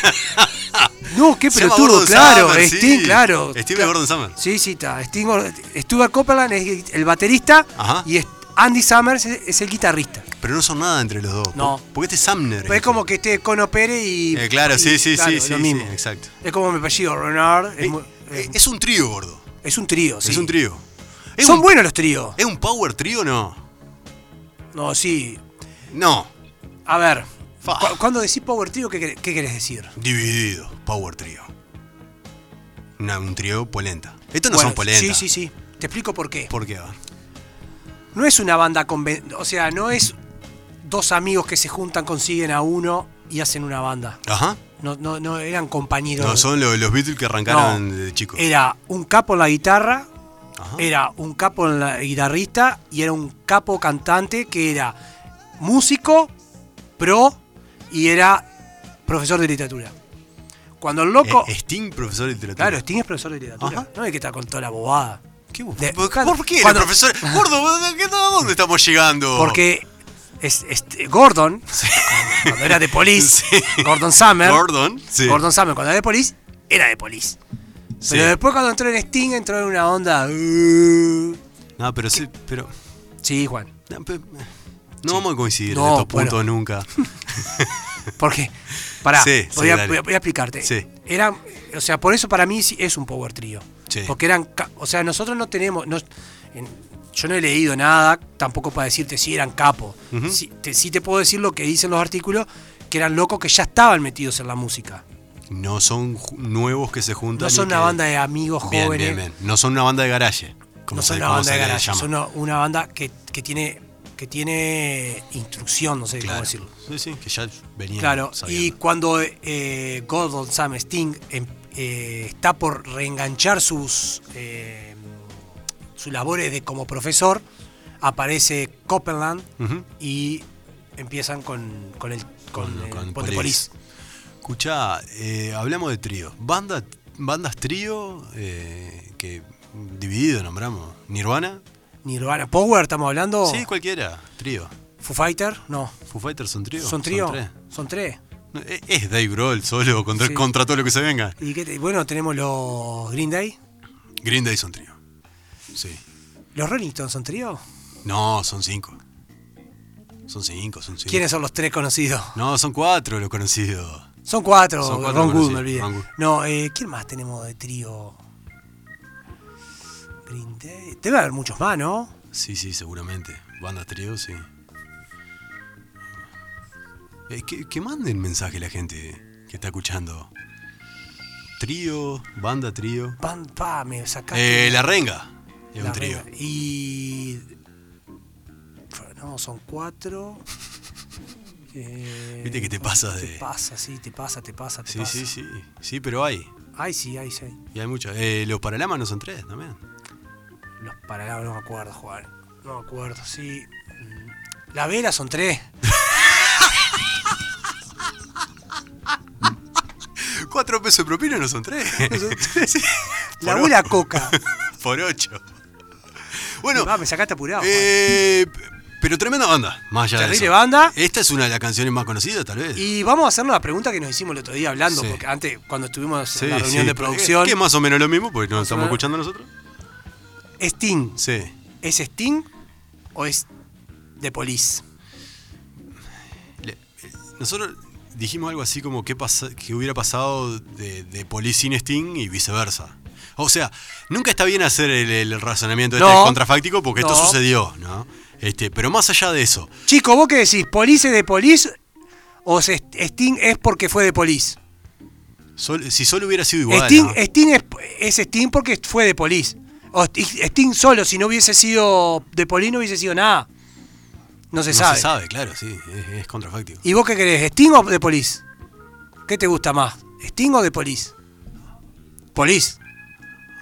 Speaker 3: no, qué
Speaker 2: Se llama
Speaker 3: pelotudo,
Speaker 2: Gordon
Speaker 3: claro.
Speaker 2: Summer,
Speaker 3: Sting,
Speaker 2: sí.
Speaker 3: claro.
Speaker 2: Steve
Speaker 3: Claro.
Speaker 2: Gordon Summer.
Speaker 3: Sí, sí, está. Sting, Gordon- Stuart Copeland es el baterista
Speaker 2: Ajá.
Speaker 3: y es- Andy Summers es, es el guitarrista.
Speaker 2: Pero no son nada entre los dos.
Speaker 3: No.
Speaker 2: Porque este es Sumner.
Speaker 3: Pero Pues es como que esté Cono Pérez y.
Speaker 2: Eh, claro,
Speaker 3: y-
Speaker 2: sí, sí, sí,
Speaker 3: es
Speaker 2: sí,
Speaker 3: lo
Speaker 2: sí,
Speaker 3: mismo.
Speaker 2: exacto.
Speaker 3: Es como mi apellido, Renard. Es,
Speaker 2: Eh,
Speaker 3: mu-
Speaker 2: eh,
Speaker 3: es-
Speaker 2: es un trío, gordo.
Speaker 3: es un trío, sí. Eh,
Speaker 2: Es un trío. Eh, ¿Es
Speaker 3: Son
Speaker 2: un,
Speaker 3: buenos los tríos.
Speaker 2: ¿Es un power trío o no?
Speaker 3: No, sí.
Speaker 2: No.
Speaker 3: A ver.
Speaker 2: Fa.
Speaker 3: cu- cuando decís Power Trio, ¿qué, quer- qué querés decir?
Speaker 2: Dividido. Power trío. Una- un trío polenta. Estos no
Speaker 3: Bueno,
Speaker 2: son polenta.
Speaker 3: Sí, sí, sí. Te explico por qué.
Speaker 2: ¿Por qué? A ver.
Speaker 3: no es una banda conven- o sea, no es dos amigos que se juntan, consiguen a uno y hacen una banda.
Speaker 2: Ajá.
Speaker 3: No, no, no eran compañeros.
Speaker 2: No, son lo- los Beatles que arrancaron
Speaker 3: No.
Speaker 2: de chicos.
Speaker 3: Era un capo en la guitarra,
Speaker 2: Ajá.
Speaker 3: era un capo en la guitarrista y era un capo cantante que era músico, pro y era profesor de literatura. Cuando el loco.
Speaker 2: Eh, Sting, profesor de literatura.
Speaker 3: claro, Sting es profesor de literatura.
Speaker 2: Ajá.
Speaker 3: No hay que estar con toda la bobada.
Speaker 2: ¿Qué bu-
Speaker 3: De-
Speaker 2: ¿Por, por qué,
Speaker 3: cuando-
Speaker 2: profesor? Gordo, ¿de qué- ¿a dónde estamos llegando?
Speaker 3: Porque es, este, Gordon, cuando, cuando era de Police,
Speaker 2: Sí.
Speaker 3: Gordon Summer, Gordon,
Speaker 2: Gordon, sí.
Speaker 3: Summer cuando era de Police, era de Police.
Speaker 2: sí.
Speaker 3: Pero después cuando entró en Sting, entró en una onda... uh,
Speaker 2: No, pero sí, pero.
Speaker 3: Sí, Juan.
Speaker 2: No, pe- no vamos a coincidir en
Speaker 3: No,
Speaker 2: estos puntos
Speaker 3: bueno.
Speaker 2: nunca.
Speaker 3: Porque, pará,
Speaker 2: Sí, sí,
Speaker 3: voy, a,
Speaker 2: dale.
Speaker 3: voy a- voy a explicarte.
Speaker 2: Sí.
Speaker 3: Eran, o sea, por eso para mí sí es un power trio.
Speaker 2: Sí.
Speaker 3: Porque eran, ca- o sea, nosotros no tenemos, no- en- yo no he leído nada, tampoco para decirte si eran capos. sí, te, sí te puedo decir lo que dicen los artículos, que eran locos que ya estaban metidos en la música.
Speaker 2: No son ju- nuevos que se juntan.
Speaker 3: No
Speaker 2: y
Speaker 3: son
Speaker 2: que-
Speaker 3: una banda de amigos
Speaker 2: Bien, bien,
Speaker 3: jóvenes.
Speaker 2: bien. No son una banda de garaje. Como
Speaker 3: No
Speaker 2: se-
Speaker 3: son una
Speaker 2: como
Speaker 3: banda
Speaker 2: se
Speaker 3: de
Speaker 2: le
Speaker 3: garaje.
Speaker 2: llama.
Speaker 3: Son una, una banda que, que tiene que tiene instrucción, no sé cómo
Speaker 2: Claro.
Speaker 3: decirlo.
Speaker 2: Sí, sí, que ya venían.
Speaker 3: Claro. Y
Speaker 2: sabiendo.
Speaker 3: cuando eh, Gordon Sam Sting em- eh, está por reenganchar sus eh, sus labores de como profesor, aparece Copeland
Speaker 2: Ujú.
Speaker 3: y empiezan con, con el con,
Speaker 2: Con-
Speaker 3: el
Speaker 2: con
Speaker 3: Ponte
Speaker 2: Police. Escuchá, eh, hablamos de trío. Banda, bandas trío eh, que dividido nombramos. ¿Nirvana?
Speaker 3: Police. Nirvana Power, estamos hablando.
Speaker 2: Sí, cualquiera. Trío.
Speaker 3: Foo Fighter, no.
Speaker 2: Foo Fighters son trío.
Speaker 3: Son trío.
Speaker 2: tres.
Speaker 3: Son tres.
Speaker 2: No, e- Es Dave Grohl solo contra,
Speaker 3: Sí.
Speaker 2: contra todo lo que se venga.
Speaker 3: Y qué te- bueno, tenemos los Green Day.
Speaker 2: Green Day son trío. Sí.
Speaker 3: ¿Los Rolling Stones son trío?
Speaker 2: No, son cinco. Son cinco, son cinco.
Speaker 3: ¿Quiénes son los tres conocidos?
Speaker 2: No, son cuatro los conocidos.
Speaker 3: Son cuatro,
Speaker 2: Son cuatro
Speaker 3: Ron Wood, me
Speaker 2: conocidos,
Speaker 3: olvidé.
Speaker 2: Ron Wood.
Speaker 3: No, eh, ¿quién más tenemos de trío? Green Day. Debe haber muchos más, ¿no?
Speaker 2: Sí, sí, seguramente. Banda trío, sí. Eh, que, que manden mensaje la gente que está escuchando. Trío, banda trío.
Speaker 3: Pan, pa, me sacaste.
Speaker 2: Eh, la renga. Es
Speaker 3: La
Speaker 2: un trío.
Speaker 3: Renga. Y. No, son cuatro. Eh,
Speaker 2: Viste que te pasas de-
Speaker 3: Te pasa, sí, te pasa, te pasa, te
Speaker 2: Sí,
Speaker 3: pasa.
Speaker 2: sí, sí. Sí, pero hay.
Speaker 3: Ay, sí, ay, sí.
Speaker 2: Y hay muchos. Eh, los paralamas no son tres también.
Speaker 3: Los Paralamas, no me acuerdo, Juan. No me acuerdo, sí. Mm. La vela son tres.
Speaker 2: Cuatro pesos de propina no son tres. Sí.
Speaker 3: La
Speaker 2: Por
Speaker 3: abuela
Speaker 2: ocho.
Speaker 3: Coca.
Speaker 2: Por ocho. Bueno,
Speaker 3: Va, me sacaste apurado. Juan.
Speaker 2: eh, p- Pero tremenda banda, más allá de
Speaker 3: Terrible
Speaker 2: eso.
Speaker 3: banda.
Speaker 2: Esta es una de las canciones más conocidas, tal vez.
Speaker 3: Y vamos a hacernos la pregunta que nos hicimos el otro día hablando,
Speaker 2: Sí.
Speaker 3: porque antes, cuando estuvimos
Speaker 2: Sí,
Speaker 3: en la reunión
Speaker 2: sí.
Speaker 3: de producción,
Speaker 2: Que es más o menos lo mismo, porque nos
Speaker 3: Más o
Speaker 2: estamos
Speaker 3: menos.
Speaker 2: escuchando nosotros.
Speaker 3: ¿Sting
Speaker 2: Sí.
Speaker 3: es Sting o es The Police?
Speaker 2: Le- eh, Nosotros dijimos algo así como que, pasa, que hubiera pasado de, de Police sin Sting y viceversa. O sea, nunca está bien hacer el, el razonamiento este
Speaker 3: No.
Speaker 2: contrafáctico porque esto
Speaker 3: No.
Speaker 2: sucedió, ¿no? Este, pero más allá de eso,
Speaker 3: Chico, ¿vos qué decís? ¿Police es The Police o se- Sting es porque fue The Police?
Speaker 2: sol- si solo hubiera sido igual.
Speaker 3: Sting,
Speaker 2: ¿no?
Speaker 3: Sting es, es Sting porque fue de Police. O Sti- Sting solo, si no hubiese sido de Police, no hubiese sido nada. No se,
Speaker 2: no
Speaker 3: sabe.
Speaker 2: se sabe, claro, sí, es, es contrafáctico.
Speaker 3: ¿Y vos qué querés? ¿Sting o de Police? ¿Qué te gusta más? ¿Sting o de Police? Police.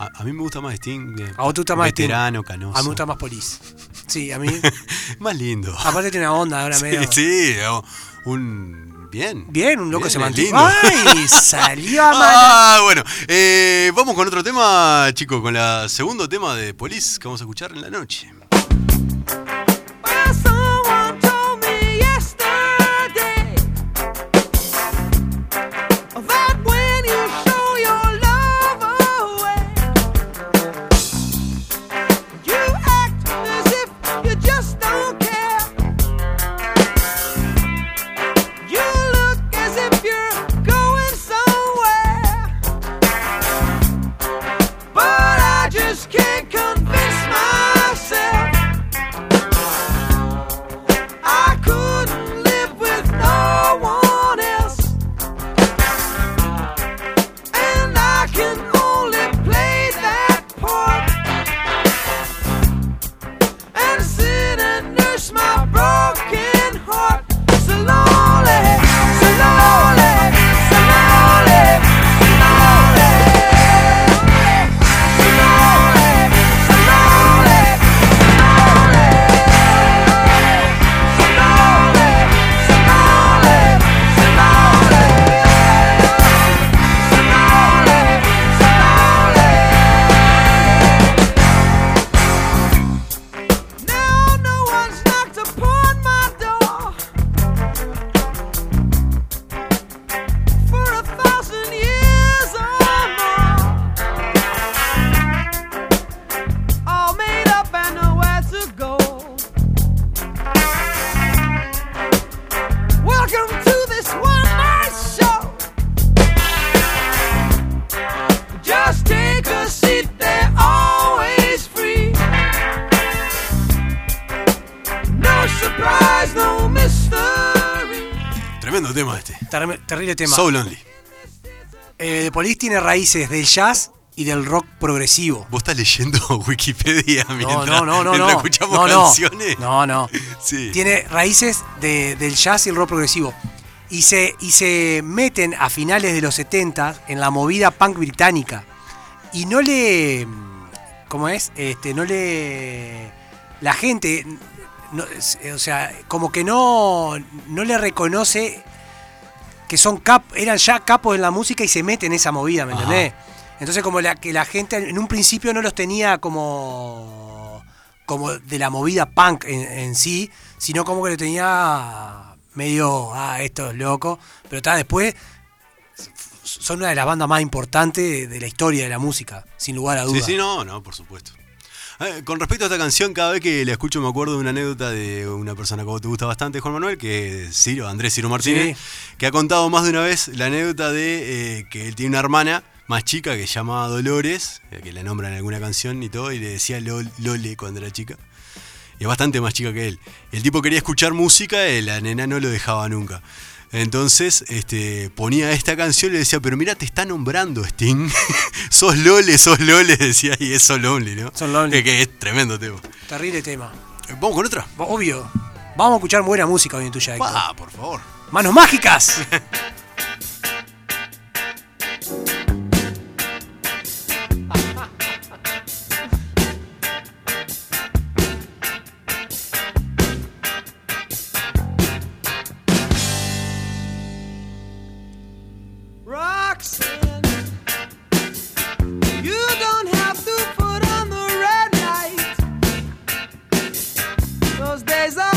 Speaker 2: A, a mí me gusta más Sting. eh,
Speaker 3: A vos te gusta más Sting.
Speaker 2: Veterano, canoso.
Speaker 3: A mí me gusta más Police. Sí, a mí.
Speaker 2: Más lindo.
Speaker 3: Aparte tiene una onda ahora
Speaker 2: Sí,
Speaker 3: medio.
Speaker 2: sí, o- un. Bien.
Speaker 3: Bien, un loco
Speaker 2: Bien,
Speaker 3: se
Speaker 2: es
Speaker 3: mantiene. ¡Ah!
Speaker 2: lindo.
Speaker 3: ¡Ay! Salió a mano.
Speaker 2: Ah, bueno, eh, vamos con otro tema, chicos, con el segundo tema de Police que vamos a escuchar en la noche.
Speaker 1: Well, someone told me yesterday that when you show your love away, you act as if you just don't care. You look as if you're going somewhere, but I just can't convince myself. I couldn't live with no one else, and I can only play that part and sit and nurse my broken heart. So lonely, so lonely, so lonely, so lonely, so lonely, so lonely, Now no one's knocked upon my door for a thousand years or more. All made up and nowhere to go. Welcome to this one night show. Just take a seat, they're always free. No surprise, no mystery.
Speaker 2: Tremendo tema este.
Speaker 3: Terme- Terrible tema.
Speaker 2: So Lonely.
Speaker 3: Eh, The Police tiene raíces del jazz y del rock progresivo.
Speaker 2: ¿Vos estás leyendo Wikipedia
Speaker 3: No,
Speaker 2: mientras,
Speaker 3: no, no, no,
Speaker 2: mientras
Speaker 3: no.
Speaker 2: escuchamos
Speaker 3: no, no.
Speaker 2: canciones?
Speaker 3: No, no.
Speaker 2: Sí.
Speaker 3: Tiene raíces de- del jazz y el rock progresivo. Y se, y se meten a finales de los 70 en la movida punk británica. Y no le. ¿Cómo es? Este, no le. La gente. no- o sea, como que no. No le reconoce que son cap, eran ya capos en la música y se meten en esa movida, ¿me
Speaker 2: Ajá.
Speaker 3: entendés? Entonces como la, que la gente en un principio no los tenía como como de la movida punk en, en sí, sino como que lo tenía medio, ah, esto es loco, pero está después son una de las bandas más importantes de, de la historia de la música, sin lugar a
Speaker 2: Sí,
Speaker 3: dudas.
Speaker 2: sí, no, no, por supuesto. Eh, con respecto a esta canción, cada vez que la escucho me acuerdo de una anécdota de una persona que a vos te gusta bastante, Juan Manuel, que es Ciro, Andrés Ciro Martínez, que ha contado más de una vez la anécdota de eh, que él tiene una hermana más chica que se llamaba Dolores, eh, que la nombra en alguna canción y todo, y le decía Lol- Lole cuando era chica. Y es bastante más chica que él. El tipo quería escuchar música, eh, la nena no lo dejaba nunca. Entonces, este, ponía esta canción y le decía, pero mira, te está nombrando Sting. sos Lole, sos Lole, decía, y es So Lonely, ¿no?
Speaker 3: So Lonely.
Speaker 2: Que, que es tremendo tema.
Speaker 3: Terrible tema.
Speaker 2: Eh, Vamos con otra.
Speaker 3: Obvio. Vamos a escuchar buena música hoy en tuya, Héctor.
Speaker 2: Pa, por favor.
Speaker 3: ¡Manos mágicas!
Speaker 1: Roxanne, you don't have to put on the red light. Those days are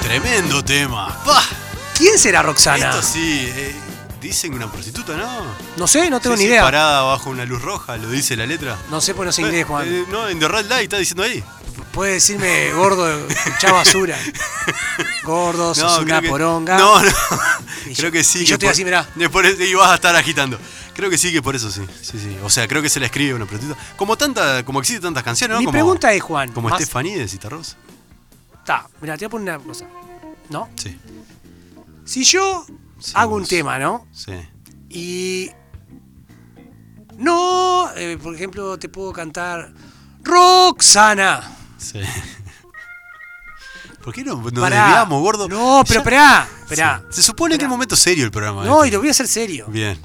Speaker 2: Tremendo tema. Pa,
Speaker 3: ¿Quién será Roxana?
Speaker 2: Esto sí, eh, dicen una prostituta, ¿no?
Speaker 3: No sé, no tengo
Speaker 2: Sí,
Speaker 3: ni
Speaker 2: sí,
Speaker 3: idea.
Speaker 2: Parada bajo una luz roja, lo dice la letra.
Speaker 3: No sé por no sé inglés, Juan.
Speaker 2: Eh, no, en The Red Light está diciendo ahí.
Speaker 3: Puede decirme gordo, chá basura. Gordo, sos
Speaker 2: creo
Speaker 3: una
Speaker 2: que-
Speaker 3: poronga.
Speaker 2: No, no.
Speaker 3: Y
Speaker 2: creo
Speaker 3: yo-
Speaker 2: que sí.
Speaker 3: y yo
Speaker 2: que
Speaker 3: estoy así, mirá.
Speaker 2: Después y vas a estar agitando. Creo que sí, que por eso sí. Sí, sí. O sea, creo que se la escribe una prostituta. Como tanta, como existen tantas canciones, ¿no?
Speaker 3: Mi
Speaker 2: como,
Speaker 3: pregunta es, Juan,
Speaker 2: Como
Speaker 3: más-
Speaker 2: Stephanie de Citarros.
Speaker 3: Está, mira, te voy a poner una cosa. ¿No?
Speaker 2: Sí,
Speaker 3: Si yo
Speaker 2: Sí,
Speaker 3: hago un
Speaker 2: sí.
Speaker 3: tema, ¿no?
Speaker 2: sí.
Speaker 3: Y. No, eh, por ejemplo, te puedo cantar. Roxana.
Speaker 2: Sí. ¿Por qué no nos
Speaker 3: Pará.
Speaker 2: desviamos, gordo?
Speaker 3: No,
Speaker 2: Ya-
Speaker 3: pero esperá, esperá.
Speaker 2: Sí. Se supone que
Speaker 3: Esperá.
Speaker 2: es momento serio el programa.
Speaker 3: No, y
Speaker 2: este.
Speaker 3: lo voy a hacer serio.
Speaker 2: Bien.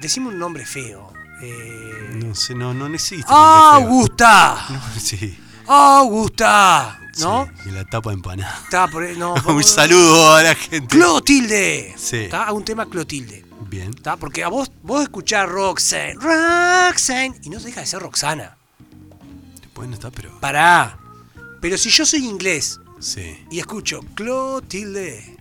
Speaker 3: Decime un nombre feo. Eh...
Speaker 2: No sé, no, no
Speaker 3: Ah,
Speaker 2: existe.
Speaker 3: Augusta.
Speaker 2: Sí.
Speaker 3: Augusta. ¿No?
Speaker 2: sí. Y la tapa empanada.
Speaker 3: Está por ahí, no,
Speaker 2: un
Speaker 3: vamos-
Speaker 2: saludo a la gente.
Speaker 3: Clotilde.
Speaker 2: Sí.
Speaker 3: Está un tema Clotilde.
Speaker 2: Bien.
Speaker 3: Está porque a vos vos escuchás Roxanne, Roxanne y no deja de ser Roxana.
Speaker 2: Bueno, está, pero.
Speaker 3: Pará. Pero si yo soy inglés
Speaker 2: Sí.
Speaker 3: y escucho Clotilde.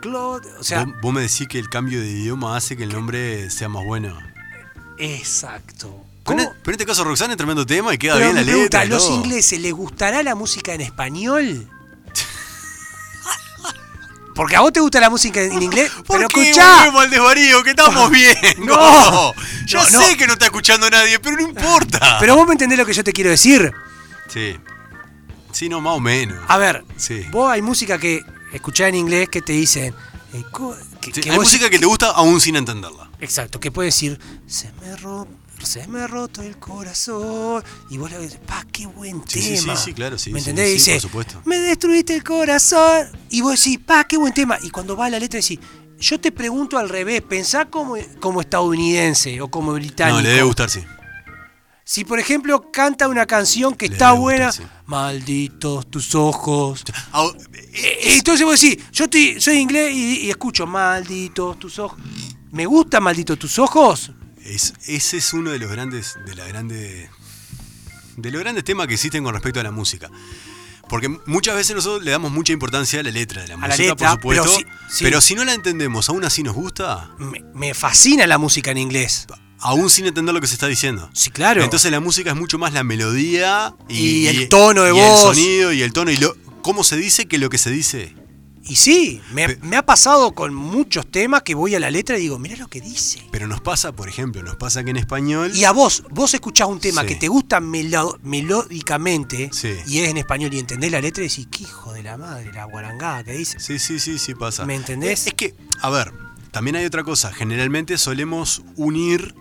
Speaker 3: Clot, o sea,
Speaker 2: vos, vos me decís que el cambio de idioma hace que el nombre sea más bueno.
Speaker 3: exacto.
Speaker 2: Pero
Speaker 3: ¿Cómo?
Speaker 2: en, pero en este caso, Roxana es tremendo tema y queda
Speaker 3: Pero
Speaker 2: bien la
Speaker 3: me pregunta,
Speaker 2: letra. y
Speaker 3: ¿a los
Speaker 2: todo.
Speaker 3: ingleses les gustará la música en español? Porque a vos te gusta la música en inglés,
Speaker 2: ¿Por
Speaker 3: pero
Speaker 2: qué
Speaker 3: escuchá.
Speaker 2: volvemos al desvarío? Que estamos bien.
Speaker 3: No.
Speaker 2: gordo? Yo
Speaker 3: No, no.
Speaker 2: sé que no está escuchando nadie, pero no importa.
Speaker 3: Pero vos me entendés lo que yo te quiero decir.
Speaker 2: Sí. Sí, no, más o menos.
Speaker 3: A ver,
Speaker 2: Sí.
Speaker 3: vos hay música que escuchás en inglés que te dicen. eh, co- que,
Speaker 2: Sí,
Speaker 3: que
Speaker 2: hay
Speaker 3: vos-
Speaker 2: música que te gusta aún sin entenderla.
Speaker 3: Exacto, que puede decir. Se me ro- se me ha roto el corazón. Y vos le ves, pa, qué buen
Speaker 2: Sí, sí,
Speaker 3: tema.
Speaker 2: sí, sí, claro, sí,
Speaker 3: ¿Me
Speaker 2: sí,
Speaker 3: entendés?
Speaker 2: sí,
Speaker 3: Dice,
Speaker 2: por supuesto.
Speaker 3: me destruiste el corazón. Y vos decís, pa, qué buen tema. Y cuando va la letra decís, yo te pregunto al revés, pensá como, como estadounidense o como británico.
Speaker 2: No, le debe gustar, sí.
Speaker 3: Si por ejemplo canta una canción que
Speaker 2: Le
Speaker 3: está
Speaker 2: debe
Speaker 3: buena,
Speaker 2: gustar, sí.
Speaker 3: malditos tus ojos.
Speaker 2: Ah,
Speaker 3: Eh, Entonces vos decís, yo estoy- soy inglés y, y escucho malditos tus ojos. ¿Me gusta malditos tus ojos?
Speaker 2: Es, ese es uno de los grandes, de la grande, de los grandes temas que existen con respecto a la música. Porque muchas veces nosotros le damos mucha importancia a la letra de la
Speaker 3: la
Speaker 2: música,
Speaker 3: letra,
Speaker 2: por supuesto.
Speaker 3: pero
Speaker 2: Pero
Speaker 3: si-
Speaker 2: si,
Speaker 3: sí.
Speaker 2: no la entendemos, aún así nos gusta,
Speaker 3: Me, me fascina la música en inglés.
Speaker 2: aún sin entender lo que se está diciendo.
Speaker 3: Sí, claro.
Speaker 2: Entonces la música es mucho más la melodía
Speaker 3: Y
Speaker 2: y,
Speaker 3: el tono de
Speaker 2: y
Speaker 3: voz.
Speaker 2: el sonido y el tono y lo, cómo se dice que lo que se dice.
Speaker 3: Y sí, me,
Speaker 2: Pe-
Speaker 3: me ha pasado con muchos temas que voy a la letra y digo, mira lo que dice.
Speaker 2: Pero nos pasa, por ejemplo, nos pasa que en español.
Speaker 3: Y a vos, vos escuchás un tema
Speaker 2: Sí.
Speaker 3: que te gusta melo- melódicamente
Speaker 2: Sí.
Speaker 3: y es en español y entendés la letra y decís, qué hijo de la madre, la guarangada que dice.
Speaker 2: Sí, sí, sí, sí pasa.
Speaker 3: ¿Me entendés?
Speaker 2: Es que, a ver, también hay otra cosa. Generalmente solemos unir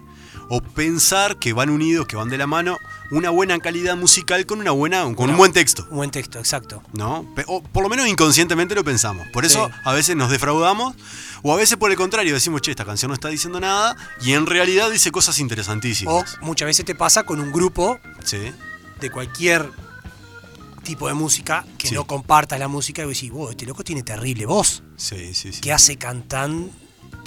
Speaker 2: o pensar que van unidos, que van de la mano, una buena calidad musical con una buena, con un buen texto,
Speaker 3: Un buen texto, exacto.
Speaker 2: ¿no? Pe- O por lo menos inconscientemente lo pensamos. Por eso
Speaker 3: Sí.
Speaker 2: a veces nos defraudamos o a veces por el contrario decimos, che, esta canción no está diciendo nada y en realidad dice cosas
Speaker 3: O
Speaker 2: interesantísimas.
Speaker 3: muchas veces te pasa con un grupo
Speaker 2: Sí.
Speaker 3: de cualquier tipo de música que
Speaker 2: Sí.
Speaker 3: no compartas la música y vos decís, vos, este loco tiene terrible voz.
Speaker 2: Sí, sí, sí.
Speaker 3: que hace cantando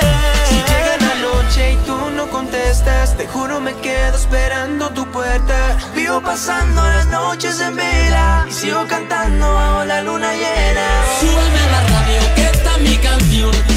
Speaker 1: Si llega la noche y tú no contestas, te juro me quedo esperando tu puerta. Vivo pasando las noches en vela y sigo cantando bajo la luna llena.
Speaker 5: Súbeme la radio que está mi canción